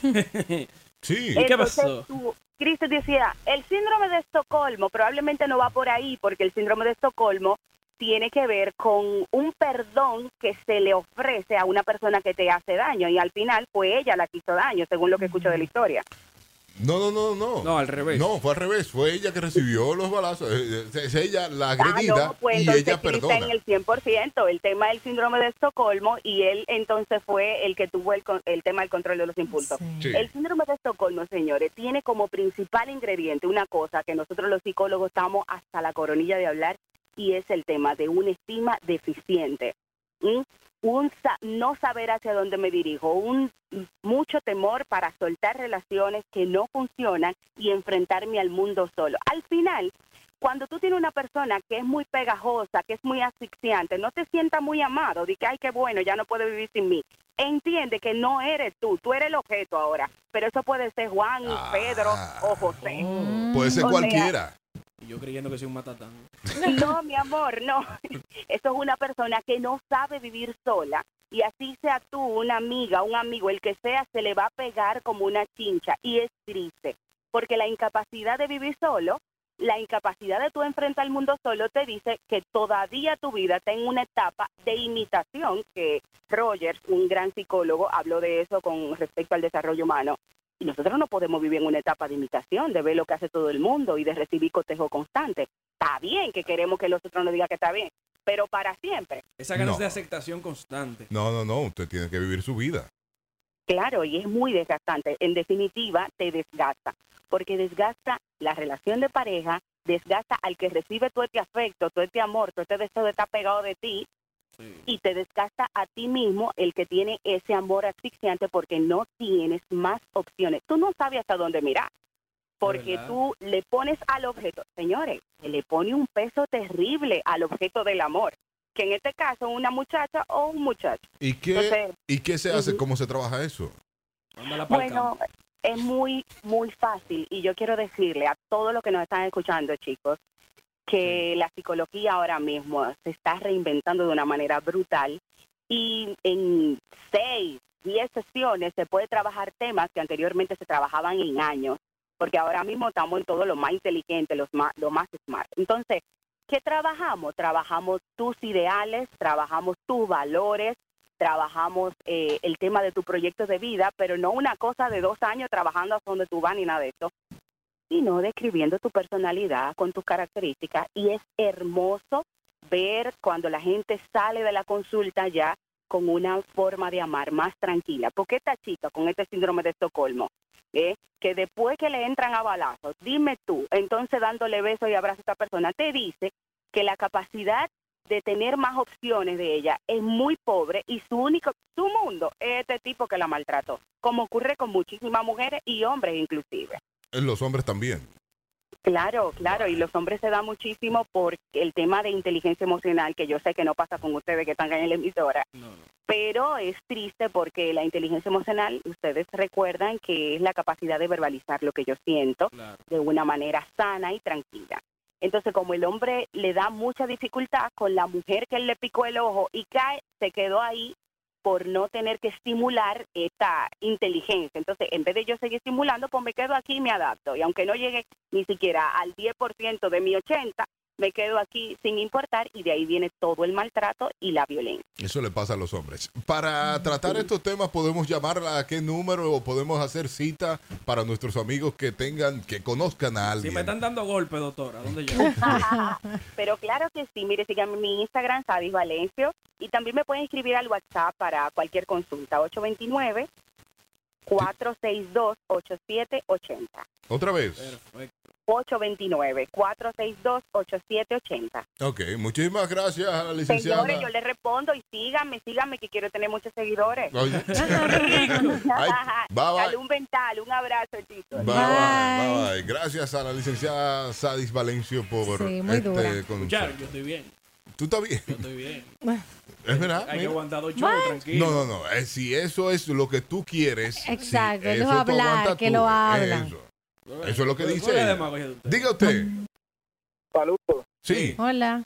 A: Sí.
E: Entonces, tú- Cristo decía, el síndrome de Estocolmo probablemente no va por ahí, porque el síndrome de Estocolmo tiene que ver con un perdón que se le ofrece a una persona que te hace daño y al final fue ella la que hizo daño, según lo que escucho de la historia.
A: No, no, no, no. No,
C: al revés.
A: No, fue al revés. Fue ella que recibió los balazos. Eh, eh, Es ella la agredida
E: Ah, no, pues
A: y
E: entonces
A: ella
E: Cristo
A: perdona.
E: en el 100%, el tema del síndrome de Estocolmo y él entonces fue el que tuvo el, con- el tema del control de los impulsos.
M: Sí.
E: El síndrome de Estocolmo, señores, tiene como principal ingrediente una cosa que nosotros los psicólogos estamos hasta la coronilla de hablar y es el tema de una estima deficiente. ¿Mm? Un sa- no saber hacia dónde me dirijo, un mucho temor para soltar relaciones que no funcionan y enfrentarme al mundo solo. Al final, cuando tú tienes una persona que es muy pegajosa, que es muy asfixiante, no te sientas muy amado, de que, ay, qué bueno, ya no puedo vivir sin mí. Entiende que no eres tú, tú eres el objeto ahora, pero eso puede ser Juan, Pedro o José.
A: Puede ser
E: O sea,
A: cualquiera.
C: Y yo creyendo que soy un matatán.
E: no, mi amor, no. Esto es una persona que no sabe vivir sola. Y así sea tú, una amiga, un amigo, el que sea, se le va a pegar como una chincha. Y es triste, porque la incapacidad de vivir solo la incapacidad de tú enfrentar al mundo solo te dice que todavía tu vida está en una etapa de imitación, que Rogers, un gran psicólogo, habló de eso con respecto al desarrollo humano. Y nosotros no podemos vivir en una etapa de imitación, de ver lo que hace todo el mundo y de recibir cotejo constante. Está bien que queremos que los otros nos digan que está bien, pero para siempre.
C: Esa ganas
A: No.
C: de aceptación constante.
A: No, no, no, usted tiene que vivir su vida.
E: Claro, y es muy desgastante. En definitiva, te desgasta, porque desgasta la relación de pareja, desgasta al que recibe todo este afecto, todo este amor, todo este deseo de estar pegado de ti, y te desgasta a ti mismo el que tiene ese amor asfixiante porque no tienes más opciones. Tú no sabes hasta dónde mirar, porque
M: verdad.
E: tú le pones al objeto, señores, se le pone un peso terrible al objeto del amor, que en este caso una muchacha o un muchacho.
A: ¿Y qué,
E: Entonces,
A: ¿y qué se hace? ¿Cómo se trabaja eso?
E: Bueno, es muy, muy fácil y yo quiero decirle a todos los que nos están escuchando, chicos, que la psicología ahora mismo se está reinventando de una manera brutal y en seis, diez sesiones se puede trabajar temas que anteriormente se trabajaban en años, porque ahora mismo estamos en todo lo más inteligente, los más, lo más smart. Entonces, ¿qué trabajamos? Trabajamos tus ideales, trabajamos tus valores, trabajamos eh, el tema de tu proyecto de vida, pero no una cosa de dos años trabajando a donde tú vas ni nada de eso, sino describiendo tu personalidad con tus características. Y es hermoso ver cuando la gente sale de la consulta ya con una forma de amar más tranquila. Porque esta chica con este síndrome de Estocolmo, ¿eh? que después que le entran a balazos, dime tú, entonces dándole besos y abrazos a esta persona, te dice que la capacidad de tener más opciones de ella es muy pobre y su único, su mundo es este tipo que la maltrató, como ocurre con muchísimas mujeres y hombres inclusive.
A: Eh, Los hombres también.
E: Claro, claro, y los hombres se dan muchísimo por el tema de inteligencia emocional, que yo sé que no pasa con ustedes que están en la emisora, pero es triste porque la inteligencia emocional, ustedes recuerdan que es la capacidad de verbalizar lo que yo siento de una manera sana y tranquila. Entonces, como el hombre le da mucha dificultad con la mujer que él le picó el ojo y cae, se quedó ahí por no tener que estimular esta inteligencia. Entonces, en vez de yo seguir estimulando, pues me quedo aquí y me adapto. Y aunque no llegue ni siquiera al 10% de mi 80, me quedo aquí sin importar y de ahí viene todo el maltrato y la violencia.
A: Eso le pasa a los hombres. Para tratar estos temas, podemos llamar a qué número o podemos hacer cita para nuestros amigos que tengan, que conozcan a
C: Si
A: alguien.
C: me están dando golpes, doctora, ¿dónde yo?
E: Pero claro que sí, mire, síganme en mi Instagram, Sadis Valencio, y también me pueden escribir al WhatsApp para cualquier consulta, 829 462 8780.
A: Otra vez.
E: 829 462 8780.
A: Ok, muchísimas gracias a la licenciada.
E: Señores, yo les respondo y síganme, síganme, que quiero tener muchos seguidores.
A: Oye. Ay, bye, bye.
E: Salud mental, un abrazo, chicos.
A: Bye, bye, bye. Gracias a la licenciada Sadis Valencio por
E: Sí, muy
A: este
E: dura.
A: consejo.
C: Escuchar, yo estoy bien,
A: ¿Tú estás bien?
C: yo estoy bien.
A: ¿Es verdad?
C: Hay que
A: Mira.
C: aguantar dos shows, tranquilo.
A: No, no, no. Eh, si eso es lo que tú quieres. si
E: Ah,
B: Exacto,
A: eso
B: dejo
A: tú
B: hablar,
A: aguantas
B: que
A: tú, eh,
B: lo hablan.
A: Eso. Eso es lo que
C: Pero
A: dice.
C: fuera de
A: ella.
C: demagogia de usted.
A: Diga usted.
J: Saludos.
A: Sí.
B: Hola.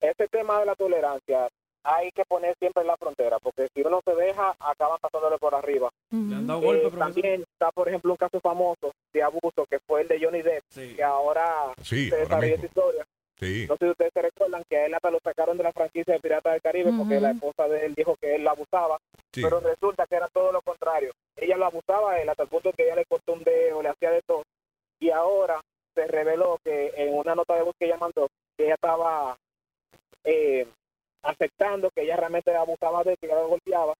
J: Este tema de la tolerancia hay que poner siempre en la frontera, porque si uno se deja, acaban pasándole por arriba.
C: Le han dado golpe,
J: Eh, también está, por ejemplo, un caso famoso de abuso, que fue el de Johnny Depp, que ahora
A: Sí,
J: se
A: ahora
J: desarrolla
A: mismo.
J: esta historia.
A: Sí.
J: No sé si ustedes se recuerdan que a él hasta lo sacaron de la franquicia de Piratas del Caribe porque la esposa de él dijo que él la abusaba,
A: Sí.
J: pero resulta que era todo lo contrario. Ella lo abusaba a él hasta el punto que ella le cortó un dedo, le hacía de todo. Y ahora se reveló que en una nota de voz que ella mandó, que ella estaba eh, aceptando que ella realmente abusaba de él, que ella lo golpeaba.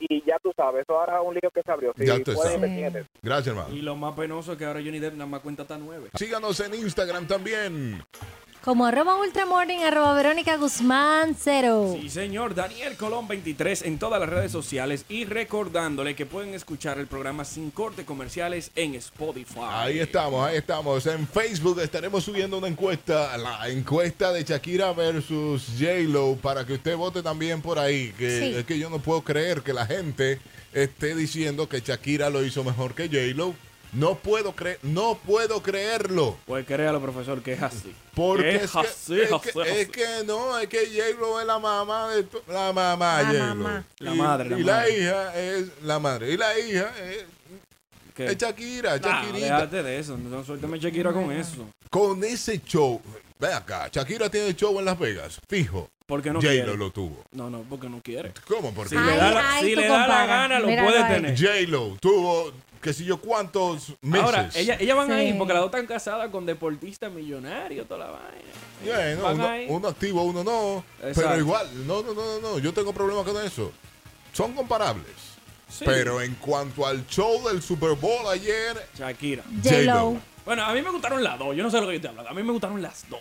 J: Y ya tú sabes, eso ahora es un lío que se abrió. Si
A: Ya tú
J: pueden,
A: sabes.
J: investiguen eso.
A: Gracias, hermano.
C: Y lo más penoso es que ahora Johnny Depp nada más cuenta hasta nueve.
A: Síganos en Instagram también.
B: Como arroba ultramorning, arroba Verónica Guzmán, cero.
C: Sí, señor. Daniel Colón 23 en todas las redes sociales y recordándole que pueden escuchar el programa sin corte comerciales en Spotify.
A: Ahí estamos, ahí estamos. En Facebook estaremos subiendo una encuesta, la encuesta de Shakira versus J-Lo, para que usted vote también por ahí. Que
N: Sí.
A: es que yo no puedo creer que la gente esté diciendo que Shakira lo hizo mejor que J-Lo. No puedo creer, no puedo creerlo.
C: Pues créalo, profesor, que es así.
A: Porque
C: es,
A: es, que,
C: así,
A: es
C: así,
A: que-
C: así.
A: es que no, es que J-Lo es la mamá de to- la mamá,
C: La
A: J-Lo.
C: mamá.
A: Y-
C: La madre, la
A: Y la,
C: madre.
A: hija es la madre. Y la hija es,
C: ¿Qué?
A: es Shakira,
C: Nah,
A: Shakirita.
C: déjate de eso. No, suéltame Shakira con eso.
A: con ese show. Ve acá, Shakira tiene show en Las Vegas, fijo.
C: Porque no
A: J-Lo
C: quiere.
A: lo tuvo.
C: No, no, porque no quiere.
A: ¿Cómo? Porque
C: Si le da la, si le da la gana, lo puede tener.
A: J-Lo tuvo, qué sé yo, cuántos meses.
C: Ahora, ellas ella van
A: Sí.
C: ahí porque las dos están casadas con deportistas millonarios, toda la vaina.
A: Bueno,
C: Van
A: uno,
C: ahí.
A: uno activo, uno no.
C: Exacto.
A: Pero igual, no, no, no, no, no, yo tengo problemas con eso. Son comparables.
C: Sí.
A: Pero en cuanto al show del Super Bowl ayer,
C: Shakira.
A: J-Lo.
C: Bueno, a mí me gustaron las dos. Yo no sé lo que yo te hablo. A mí me gustaron las dos.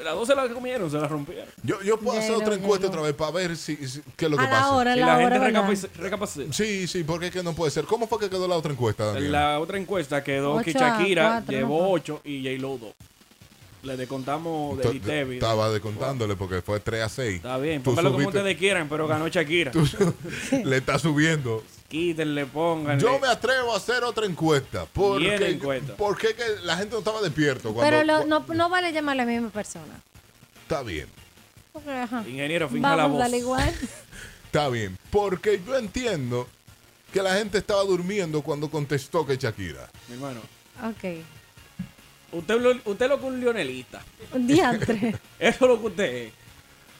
C: Las dos se las comieron, se las rompieron.
A: Yo, yo puedo hacer otra encuesta otra vez para ver si, si- qué es lo que
C: A la
A: pasa.
C: hora, a
A: Si
C: la Si la hora, gente ¿verdad? recapaci-
A: Sí, sí, porque es que no puede ser. ¿Cómo fue que quedó la otra encuesta, Daniel?
C: La otra encuesta quedó que
A: Ocho a
C: Shakira
A: cuatro,
C: llevó
A: ¿no?
C: 8 y J-Lo 2. Le descontamos de
A: To-
C: Itevi.
A: Estaba descontándole porque fue 3 a 6.
C: Está bien,
A: Tú
C: póngalo como
A: subiste-
C: ustedes quieran, pero ganó Shakira.
A: le está subiendo.
C: Quítenle, pónganle.
A: Yo me atrevo a hacer otra encuesta. Porque,
C: Bien encuesta.
A: ¿Por qué que la gente no estaba despierto? Cuando,
B: Pero lo-
A: cu-
B: no, no vale llamar a la misma persona.
A: Está bien,
B: Porque, ajá.
C: Ingeniero, finja la
B: Vamos,
C: voz.
B: dale igual.
A: está bien. Porque yo entiendo que la gente estaba durmiendo cuando contestó que Shakira.
C: Mi hermano,
B: ok.
C: usted lo, usted lo que un leonelista.
B: Un diantre.
C: Eso es lo que usted es.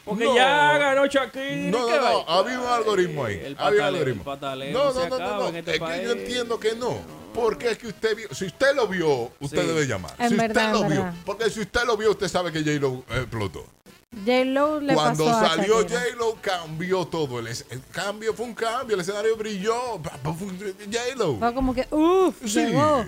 C: Porque
A: No.
C: ya ganó Shakira.
A: No,
C: ¿qué
A: no, no,
C: va?
A: había un algoritmo ahí.
C: Eh, El
A: había un
C: pataleo,
A: algoritmo.
C: el pataleo
A: no,
C: se
A: no, no,
C: acaba
A: no,
C: en
A: no.
C: este
A: es que
C: país.
A: yo entiendo que no. Porque es que usted vio, si usted lo vio, usted
C: Sí.
A: debe llamar.
B: En
A: si
B: verdad,
A: usted lo
B: en
A: vio,
B: verdad.
A: porque si usted lo vio, usted sabe que J-Lo eh, explotó.
B: J-Lo le
A: Cuando
B: pasó a
A: salió
B: Shakira.
A: J-Lo, cambió todo. El, es- el cambio fue un cambio, el escenario brilló. Pa- pa- fue un- J-Lo.
B: Fue como que, uff,
A: Sí.
B: llegó.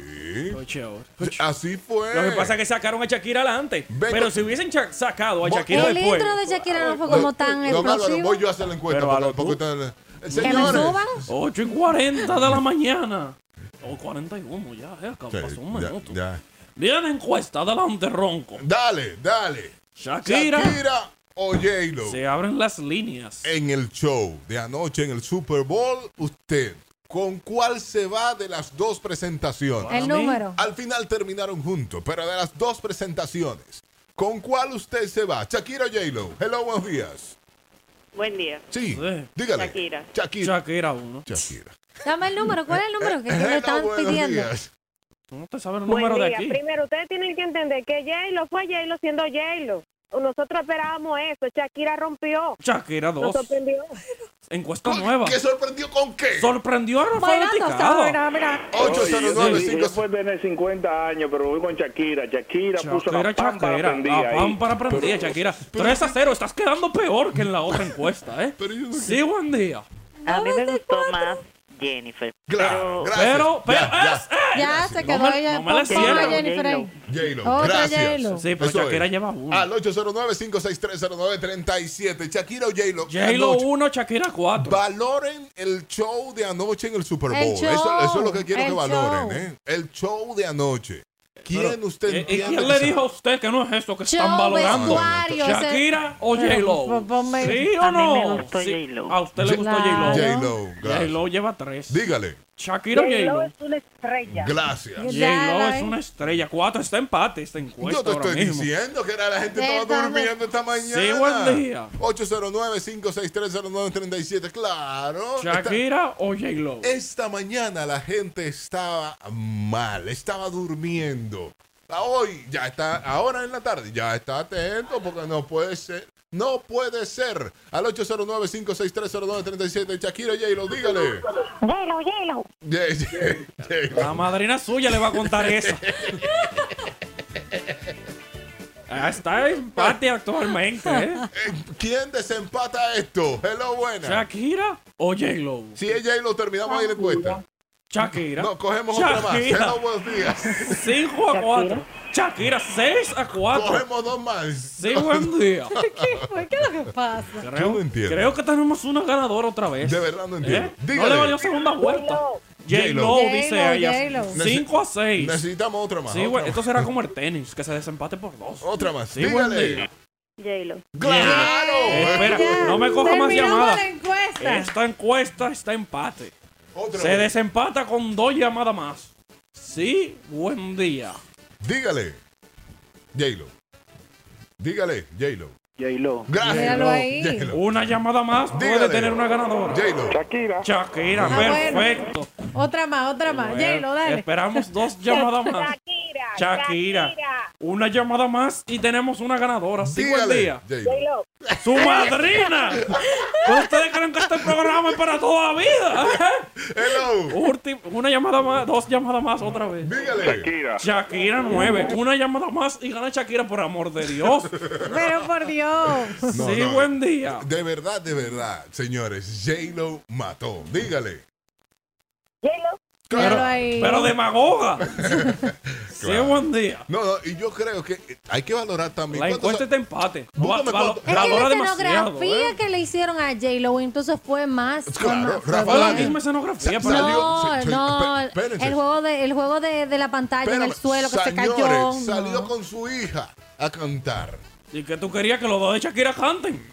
A: Así fue.
C: Lo que pasa es que sacaron a Shakira adelante. Pero si hubiesen cha- sacado a Shakira
B: El
C: después.
B: intro de Shakira no fue
A: Don-
B: como tan
A: Don Álvaro,
B: explosivo.
A: voy yo a hacer la encuesta.
C: Pero a lo
A: porque- porque ustedes-
C: ¿Que me
A: Señores,
B: suban?
C: 8 y 40 de la mañana. Oh, O 41, ya, eh, acá
A: Sí,
C: pasó un
A: ya,
C: minuto.
A: ya.
C: Viene encuesta delante ronco.
A: Dale, dale.
C: Shakira.
A: Shakira o J-Lo.
C: Se abren las líneas.
A: En el show de anoche, en el Super Bowl, usted, ¿con cuál se va de las dos presentaciones?
B: El número.
A: Al final terminaron juntos, pero de las dos presentaciones, ¿con cuál usted se va? Shakira o J-Lo. Hello, buenos días.
I: Buen día.
A: Sí, dígale.
I: Shakira.
A: Shakira.
C: Shakira uno.
A: Shakira.
B: Dame el número. ¿Cuál es el número que, que
A: Ah,
B: le están pidiendo?
C: No te saben el
M: Buen
C: número de
M: día.
C: aquí.
M: Primero, ustedes tienen que entender que J-Lo fue J-Lo siendo J-Lo. Nosotros esperábamos eso. Shakira rompió.
C: Shakira
M: Nos
C: 2.
M: sorprendió.
C: Encuesta nueva.
A: ¿Qué sorprendió con qué?
C: Sorprendió a la fanaticada.
D: Yo dije, yo puedo tener 50 años, pero voy con Shakira. Shakira, puso
C: Shakira,
D: la pampa
C: Shakira.
D: prendida
C: La
D: ahí.
C: pámpara prendida, Shakira. 3 a 0. Estás quedando peor que en la otra encuesta, ¿eh? Sí, buen día.
N: A mí me gustó más Jennifer.
A: Claro,
C: Pero, pero,
B: Ya, se quedó
C: No me-
B: ella.
C: no me la
B: Pon- ponga
C: cierro.
B: Jennifer ahí.
A: J-Lo,
B: Otra
A: gracias.
B: J-Lo.
C: Sí, pero
A: Eso
C: Shakira
A: es.
C: lleva uno.
A: Al 809-56309-37. Shakira o J-Lo.
C: J-Lo
A: Anoche.
C: 1, Shakira 4.
A: Valoren el show de anoche en el Super Bowl.
C: El
A: Eso,
C: show,
A: eso es lo que quiero
C: el
A: que valoren.
C: show.
A: ¿eh? El show de anoche. ¿Quién
C: Pero,
A: usted
C: ¿y- y
A: entiende?
C: quién
A: que
C: le
A: sea?
C: dijo a usted que no es eso que
B: Show,
C: están valorando?
B: vestuario, ese-
C: ¿Shakira o
B: Pero,
C: J-Lo?
B: ponme-
C: ¿Sí
B: A
C: o
B: mí
C: no?
B: me gustó
C: Sí,
B: J-Lo.
C: A usted le gustó
B: Claro.
C: J-Lo.
A: J-Lo, gracias.
C: J-Lo lleva 3.
A: Dígale.
C: Shakira o
E: J-Lo
C: J-Lo.
E: es una estrella.
A: Gracias.
C: J-Lo es una estrella. 4 está empate esta encuesta.
A: Yo te
C: ahora
A: estoy
C: mismo.
A: diciendo que era la gente estaba
B: Estamos-
A: durmiendo esta mañana.
C: Sí, buen día.
A: 809-56309-37. Claro.
C: Shakira o J-Lo.
A: Esta mañana la gente estaba mal, estaba durmiendo. A Hoy ya está, ahora en la tarde ya está atento porque no puede ser, no puede ser. Al 809-56309-37, Shakira J-Lo, dígale.
M: J-Lo, J-Lo.
A: Ye- ye- J-Lo.
C: La madrina suya le va a contar eso. Ah, Está empate actualmente, ¿eh?
A: ¿Quién desempata esto? Hello, buena.
C: ¿Shakira o J-Lo?
A: Si es J-Lo, terminamos ahí la encuesta.
C: Shakira.
A: No, cogemos otra más.
C: Shakira.
A: Hello, buenos días.
C: 5 a 4. Shakira, 6 a 4.
A: Cogemos dos más.
C: Sí, buen día.
B: ¿Qué fue? ¿Qué es lo que pasa?
C: Creo,
A: no entiendo.
C: creo que tenemos una ganadora otra vez.
A: De verdad no entiendo.
C: ¿Eh? No
A: Dígale.
C: le valió segunda vuelta. J-Lo,
B: J-Lo,
C: dice ella.
B: J-Lo.
C: 5 a 6.
A: Necesitamos otra más.
C: Sí,
A: otra
C: bueno,
A: más.
C: esto será como el tenis, que se desempate por dos.
A: Otra más.
C: Sí, buen
A: Dígale.
C: día.
M: J-Lo.
A: ¡Claro!
C: Eh, Espera, no me coja más
B: Terminamos
C: llamadas.
B: la encuesta.
C: Esta encuesta está empate.
A: Otra
C: se
A: vez.
C: desempata con dos llamadas más. Sí, buen día.
A: Dígale. J-Lo. Dígale, J-Lo.
D: J-Lo.
A: Gracias.
C: Míralo ahí.
A: J-Lo.
C: Una llamada más puede
A: Dígale.
C: tener una ganadora.
A: J-Lo.
D: Shakira.
C: Shakira,
B: Ah, bueno.
C: perfecto.
B: Otra más, otra más.
C: Bueno,
B: J-Lo, dale.
C: Esperamos dos llamadas más. Shakira. Una llamada más y tenemos una ganadora. Sigo el
A: Dígale,
C: día.
A: J-Lo.
C: ¡Su madrina! ¿Ustedes creen que este programa es para toda vida? ¿eh?
A: Hello.
C: una llamada más, dos llamadas más otra vez.
F: Shakira.
C: Shakira 9. Una llamada más y gana Shakira, por amor de Dios.
B: Pero por Dios.
A: No,
C: sí,
A: no.
C: buen día.
A: De verdad, de verdad, señores, J-Lo mató. Dígale.
B: Míralo ahí.
C: Pero demagoga. Sí, buen día.
A: No, no, y yo creo que hay que valorar también.
C: La
A: cuántos-
C: encuesta está empate. No va-
A: Búscame
C: valo-
A: cuánto-
B: Es que la
C: valora demasiado. ¿eh?
B: escenografía que le hicieron a J-Lo entonces fue más. fue
A: Claro,
B: más- fue
A: Rafael.
B: más.
C: La misma escenografía.
A: Sa-
C: pero-
A: salió-
B: No,
A: se- se-
B: no,
A: pe- espérense.
B: el juego de, el juego de, de la pantalla en el
A: Espérame,
B: suelo que se
A: señores,
B: cayó. no.
A: Salió con su hija a cantar.
C: Y que tú querías que los dos de Shakira canten.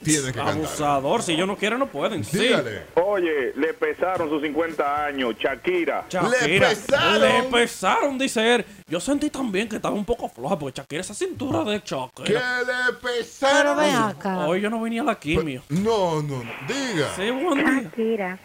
A: Tiene que cantar.
C: Abusador, si ellos no quieren, no pueden. Sí.
A: Dígale.
F: Oye, le pesaron sus 50 años, Shakira.
C: Shakira,
A: Le pesaron.
C: Ah, Le pesaron, dice él. Yo sentí también que estaba un poco floja porque Shakira, esa cintura de
A: Que
C: Shakira.
A: le
B: Pero ven
A: pesaron. Pues,
B: acá.
C: Hoy yo no venía a la quimio.
A: No, no, no, diga.
C: Sí, buen día.
M: Shakira.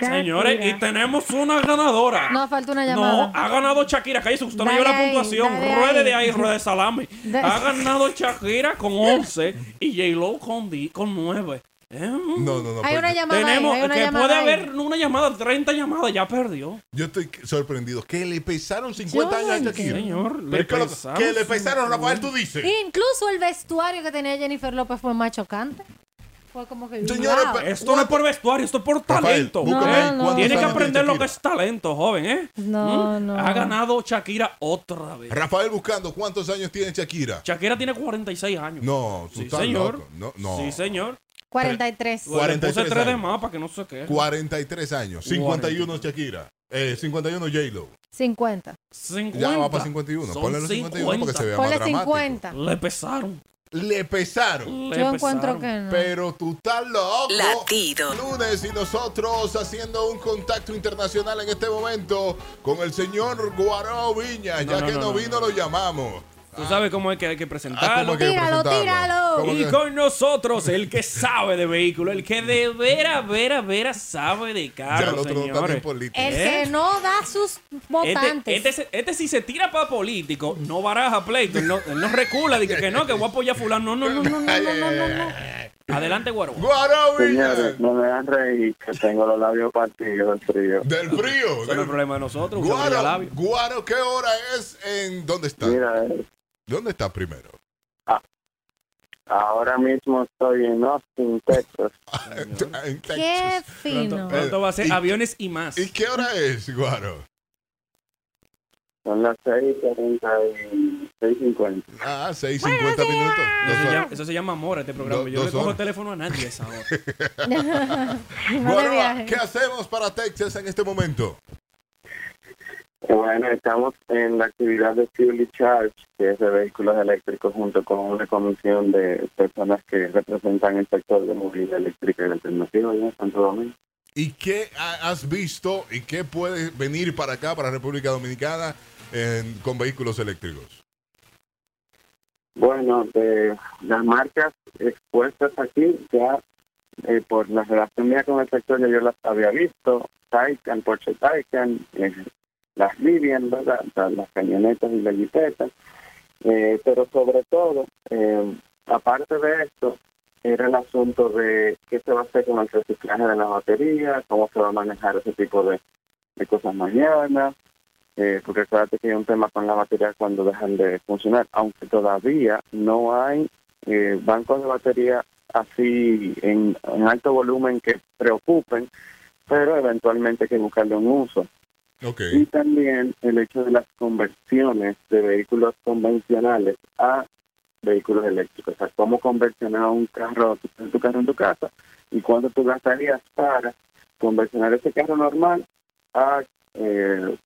C: Señores, y tenemos una ganadora.
B: No, falta una
C: No, ah,
B: llamada.
C: ha ganado Shakira. Cállese, usted no
B: Dale
C: dio la
B: ahí,
C: puntuación.
B: dale
C: ruede de
B: ahí.
C: ahí, ruede de salami.
B: Da-
C: Ha ganado Shakira con 11 y J-Lo con, di- con 9. Em,
A: No, no, no.
B: hay
A: pero
B: una
A: yo-
B: llamada ahí,
C: Tenemos
B: hay una
C: que
B: llamada
C: puede
B: ahí.
C: haber una llamada, 30 llamadas, ya perdió.
A: Yo estoy sorprendido. Que le pesaron 50
B: Yo
A: años a
B: no
A: Shakira.
C: Señor,
A: Pero
C: le
A: es que lo-
C: pesamos
A: que le pesaron, Rafael, tú dices.
B: Incluso el vestuario que tenía Jennifer López fue más chocante. Fue como que.
A: Señores, pues,
B: wow.
A: pe-
C: pues, Esto no es por vestuario, esto es por
A: Rafael,
C: talento.
A: búscame
B: No,
A: ahí
B: no.
A: cuántos
C: Tiene que
A: años
C: aprender lo
A: Shakira.
C: que es talento, joven, ¿eh?
B: No, no.
C: Ha ganado Shakira otra vez.
A: Rafael buscando cuántos años tiene Shakira.
C: Shakira tiene 46 años.
A: No, tú
C: sí,
A: estás
C: señor.
A: loco. No, no.
C: Sí, señor.
B: 43.
A: Bueno. 43
C: Le puse 3 de
A: años.
C: más para que no se quede.
A: 43 años. 51 Shakira. Eh, 51 J-Lo.
B: 50.
C: 50.
A: Ya va para 51.
C: Son
A: Ponle los 51 para que se vea más
B: Ponle
A: dramático.
B: 50.
C: Le pesaron.
A: Le pesaron.
C: le
B: Yo encuentro
C: pesaron.
B: que no.
A: Pero tú estás loco.
G: Latido.
A: Lunes y nosotros haciendo un contacto internacional en este momento con el señor Guaró Viña.
C: No,
A: ya
C: no,
A: que
C: no,
A: no,
C: no,
A: vino, lo llamamos.
C: Tú sabes cómo es que hay que
A: Ah, ¿cómo
C: presentarlo.
A: hay que
B: Tíralo,
A: presentarlo?
B: tíralo.
A: ¿Cómo
C: Y
A: que-
C: con nosotros, el que sabe de vehículo, el que de vera, vera, vera sabe de
A: Ya el
C: carro,
A: otro no está
C: señores.
A: bien político.
B: El
C: ¿Eh?
B: que no da sus
C: Este,
B: votantes.
C: este, se- este si se tira para político, no baraja pleito, él no, él no recula, dice que no, que voy a apoyar a fulano. No, no, no, no, no, no, no, no. Adelante, Guaro.
A: Guaró Viña.
D: Señores, no me dan reír, que tengo los labios partidos, del frío.
A: Del frío.
C: Eso no es
A: del-
C: problema de nosotros, usamos ya
A: Guaro,
C: labios.
A: Guaro, ¿qué hora es? en ¿Dónde está?
D: Mira, eh, Ah,
A: ¿Dónde está primero?
D: ahora mismo estoy en Austin, Texas.
A: En Texas.
B: Qué fino.
C: Pronto, pronto va a ser
A: Y-
C: aviones y más.
A: ¿Y qué hora es, Guaro?
D: Son las 6:40 y 6:50.
A: Ah, 6.50 minutos.
C: Eso
A: Dos
C: se, llama,
A: horas.
C: eso se llama amor este programa.
A: Do-
C: Yo
A: dos
C: le cojo
A: horas.
C: el teléfono a nadie a esa hora.
B: no de
A: Guaro,
B: viaje.
A: ¿qué hacemos para Texas en este momento?
D: Bueno, estamos en la actividad de Fuel Charge, que es de vehículos eléctricos, junto con una comisión de personas que representan el sector de movilidad eléctrica y alternativa allá en Santo Domingo.
A: ¿Y qué ha- has visto y qué puede venir para acá, para República Dominicana, en- con vehículos eléctricos?
D: Bueno, de las marcas expuestas aquí, ya eh, por la relación mía con el sector, ya yo las había visto, Taycan, Porsche Taycan, eh, las Livian, ¿verdad? O sea, las camionetas y las jipetas, Eh, pero sobre todo, eh, aparte de esto, era el asunto de qué se va a hacer con el reciclaje de la batería, cómo se va a manejar ese tipo de, de cosas mañana, eh, porque acuérdate que hay un tema con la batería cuando dejan de funcionar, aunque todavía no hay eh, bancos de batería así en, en alto volumen que preocupen, pero eventualmente hay que buscarle un uso.
A: Ok.
D: Y también el hecho de las conversiones de vehículos convencionales a vehículos eléctricos, o sea, cómo conversionar un carro, tú tienes tu carro en tu casa, y cuánto tú gastarías para conversionar ese carro normal a... Eh,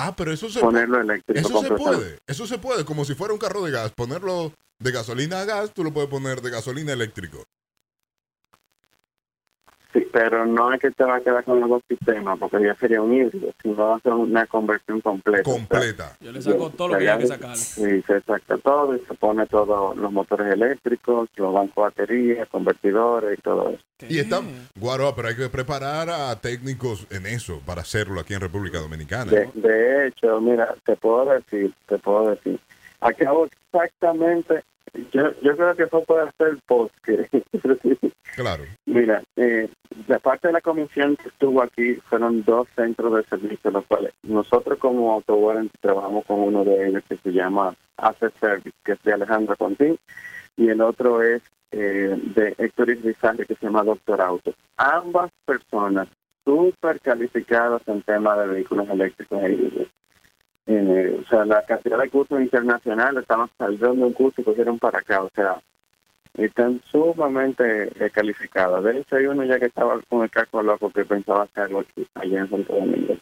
A: Ah, pero eso se,
D: ponerlo eléctrico
A: eso se
D: completamente.
A: puede. Eso se puede, como si fuera un carro de gas. Ponerlo de gasolina a gas, tú lo puedes poner de gasolina a eléctrico.
D: Sí, pero no es que te va a quedar con los dos sistemas, porque ya sería un híbrido, sino va a ser una conversión completa.
A: Completa.
C: Yo le saco todo lo que hay que sacarle.
D: Sí, se saca todo y se pone todos los motores eléctricos, los bancos de batería, convertidores y todo eso.
A: Y está, Guaroa, pero hay que preparar a técnicos en eso para hacerlo aquí en República Dominicana.
D: De, de hecho, mira, te puedo decir, te puedo decir Acabo exactamente, yo, yo creo que eso puede ser porque
A: Claro.
D: Mira, eh, la parte de la comisión que estuvo aquí fueron dos centros de servicio, los cuales nosotros como autowarrant trabajamos con uno de ellos que se llama Asset Service, que es de Alejandro Contín, y el otro es eh, de Héctor Irizarry, que se llama Doctor Auto. Ambas personas súper calificadas en tema de vehículos eléctricos e híbridos. Eh, o sea, la cantidad de cursos internacionales, estaban saliendo de un curso y cogieron para acá, o sea, están sumamente eh, calificadas. De hecho, hay uno ya que estaba con el casco loco que pensaba hacerlo aquí, allá en Santo Domingo.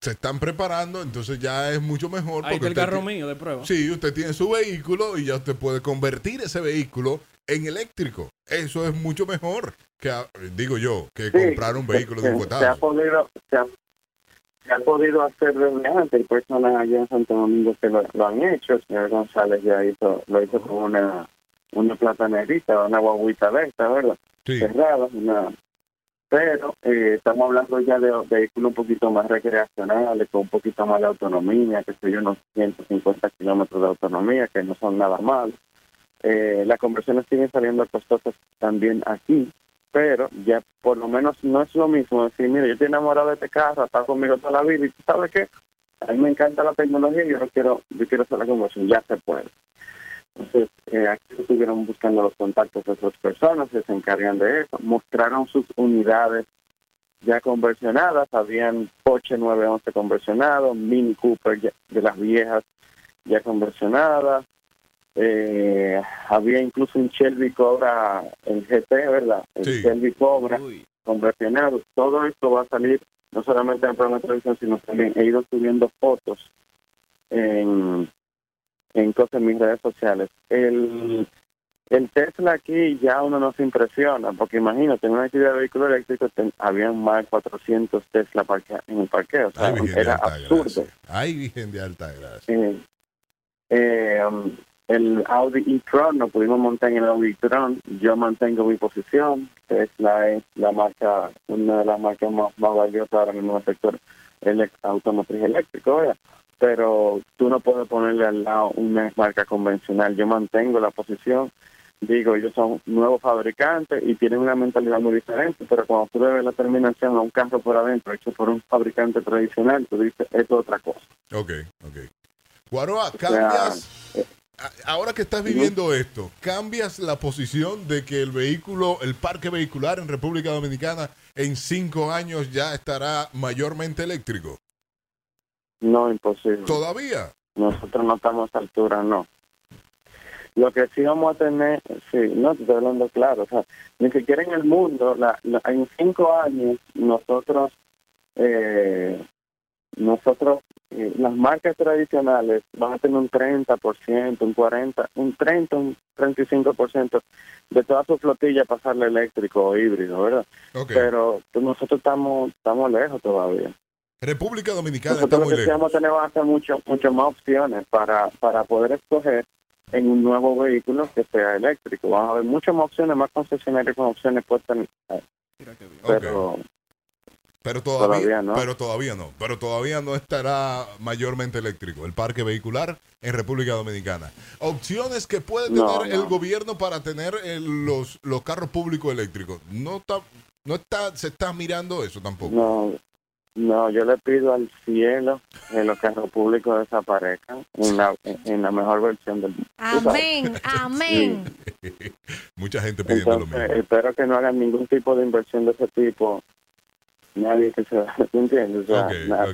A: Se están preparando, entonces ya es mucho mejor.
C: Ahí está el
A: usted
C: carro
A: ti-
C: mío de prueba.
A: Sí, usted tiene su vehículo y ya usted puede convertir ese vehículo en eléctrico. Eso es mucho mejor que, ah, digo yo, que comprar un vehículo
D: se,
A: de
D: se ha
A: importado.
D: podido se ha, se ha podido hacer desde antes hay personas allá en Santo Domingo que lo, lo han hecho el señor González ya hizo lo hizo con una una platanerita una guaguita de esta verdad cerrada una pero eh, estamos hablando ya de vehículos un poquito más recreacionales, con un poquito más de autonomía, que sé yo, unos 150 kilómetros de autonomía, que no son nada mal. Eh, las conversiones siguen saliendo costosas también aquí, pero ya por lo menos no es lo mismo decir, mira, yo estoy enamorado de este carro, está conmigo toda la vida, y tú sabes qué, a mí me encanta la tecnología y yo no quiero, yo quiero hacer la conversión, ya se puede. Entonces, eh, aquí estuvieron buscando los contactos de otras personas que se encargan de eso. Mostraron sus unidades ya conversionadas. Habían Porsche 911 conversionado, Mini Cooper ya- de las viejas ya conversionadas. Eh, había incluso un Shelby Cobra, el GT, ¿verdad? El Shelby Cobra conversionado. Todo esto va a salir no solamente en el programa de televisión, sino también he ido subiendo fotos en, en cosas en mis redes sociales. El, el Tesla aquí ya uno no se impresiona, porque imagínate, en una actividad de vehículo eléctrico ten- habían más de 400 Tesla parquea- en el parqueo. O sea, era absurdo.
A: Ay, Virgen de Alta Gracia.
D: Eh, eh, um, el Audi e-tron, no pudimos montar en el Audi e-tron. Yo mantengo mi posición. Tesla es la marca, una de las marcas más, más valiosas ahora mismo en el sector ele- automotriz eléctrico, ¿verdad? Pero tú no puedes ponerle al lado una marca convencional. Yo mantengo la posición. Digo, ellos son nuevos fabricantes y tienen una mentalidad muy diferente, pero cuando tú le ves la terminación a un carro por adentro hecho por un fabricante tradicional, tú dices, es otra cosa.
A: Ok, ok. Guaroa,
D: sea,
A: cambias. a- Ahora que estás viviendo esto, ¿cambias la posición de que el vehículo, el parque vehicular en República Dominicana en cinco años ya estará mayormente eléctrico?
D: No, imposible.
A: ¿Todavía?
D: Nosotros no estamos a esa altura, no. Lo que sí vamos a tener, sí, no te estoy hablando claro, o sea, ni siquiera en el mundo, la, la- en cinco años nosotros, eh, nosotros, eh, las marcas tradicionales van a tener un 30%, un 40%, un 30, un 35% de toda su flotilla pasarle eléctrico o híbrido, ¿verdad? Pero pues, nosotros estamos, estamos lejos todavía.
A: República Dominicana está
D: Nosotros lo
A: muy
D: que sí
A: lejos.
D: vamos a tener va a ser mucho, mucho más opciones para, para poder escoger en un nuevo vehículo que sea eléctrico. Van a haber muchas más opciones, más concesionarios con opciones puestas en... Pero
A: Pero
D: Todavía
A: todavía,
D: no.
A: Pero todavía no. Pero todavía no estará mayormente eléctrico el parque vehicular en República Dominicana. Opciones que puede tener
D: No,
A: el
D: no.
A: gobierno para tener el- los, los carros públicos eléctricos. No está, no está, se está mirando eso tampoco.
D: no, no, yo le pido al cielo que los carros públicos desaparezcan en la, en la mejor versión del mundo.
B: Amén, amén.
A: Mucha gente
D: pidiendo lo mismo. Espero que no hagan ningún tipo de inversión de ese tipo. Nadie que se... ¿tú ¿Entiendes? O sea, nada.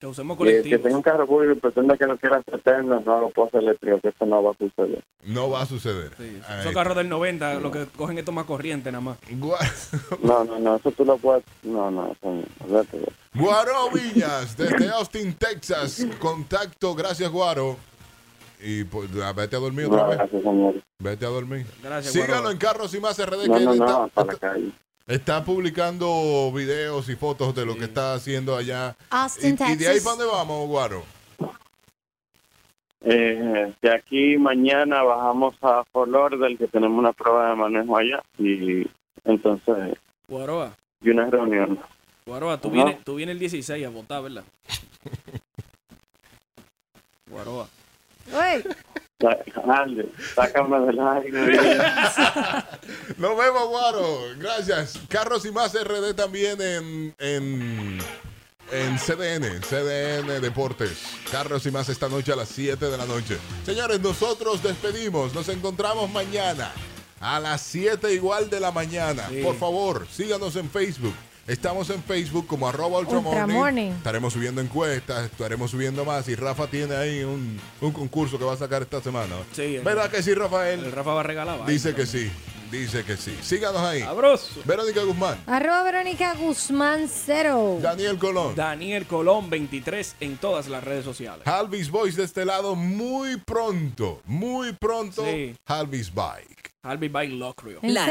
C: Que usemos
D: Que, que
C: colectivos.
D: tenga un carro público y pretenda que lo quiera hacer eterno, no lo puedo hacer eléctrico, que eso no va a suceder.
A: No va a suceder. Ahí
C: Esos carros del 90, lo que cogen es más corriente nada más.
D: No, no, no, eso tú lo puedes. No, no, eso no. olvídate de eso.
A: Guaro Villas, desde Austin, Texas. Contacto, gracias, Guaro. Y pues, ah, vete a dormir otra
D: No,
A: vez.
D: gracias, señor.
A: Vete a dormir.
D: Gracias,
A: Sígalo
D: Guaro.
A: en Carros y Más RD.
D: No,
A: que
D: no,
A: él
D: no,
A: está,
D: para la calle.
A: está publicando videos y fotos de lo que está haciendo allá.
B: Austin,
A: y, y de ahí
B: Texas.
A: para dónde vamos, Guaro.
D: Eh, de aquí mañana bajamos a Fort Lauderdale, que tenemos una prueba de manejo allá, y entonces,
C: Guaroa,
D: y una reunión.
C: Guaroa, tú,
D: Ajá.
C: vienes, tú vienes el 16 a votar, ¿verdad? Guaroa.
B: Uy,
D: Aldo, sácame del aire.
A: Nos vemos, Guaro. Gracias. Carros y más RD también en, en, en CDN, CDN Deportes. Carros y más esta noche a las 7 de la noche. Señores, nosotros despedimos. Nos encontramos mañana a las 7 igual de la mañana. Por favor, síganos en Facebook. Estamos en Facebook como arroba Ultramorning.
B: Ultramorning.
A: Estaremos subiendo encuestas, estaremos subiendo más. Y Rafa tiene ahí un, un concurso que va a sacar esta semana.
C: Sí, el-
A: ¿Verdad que sí, Rafael?
C: El Rafa va a regalar.
A: Dice que sí, dice que sí. Síganos ahí.
C: Sabroso.
A: Verónica Guzmán.
B: Arroba Verónica Guzmán Cero.
A: Daniel Colón.
C: Daniel Colón 23 en todas las redes sociales.
A: Halvis Boys de este lado muy pronto, muy pronto.
C: Sí.
A: Halvis Bike.
C: Albi by Locrio.
G: La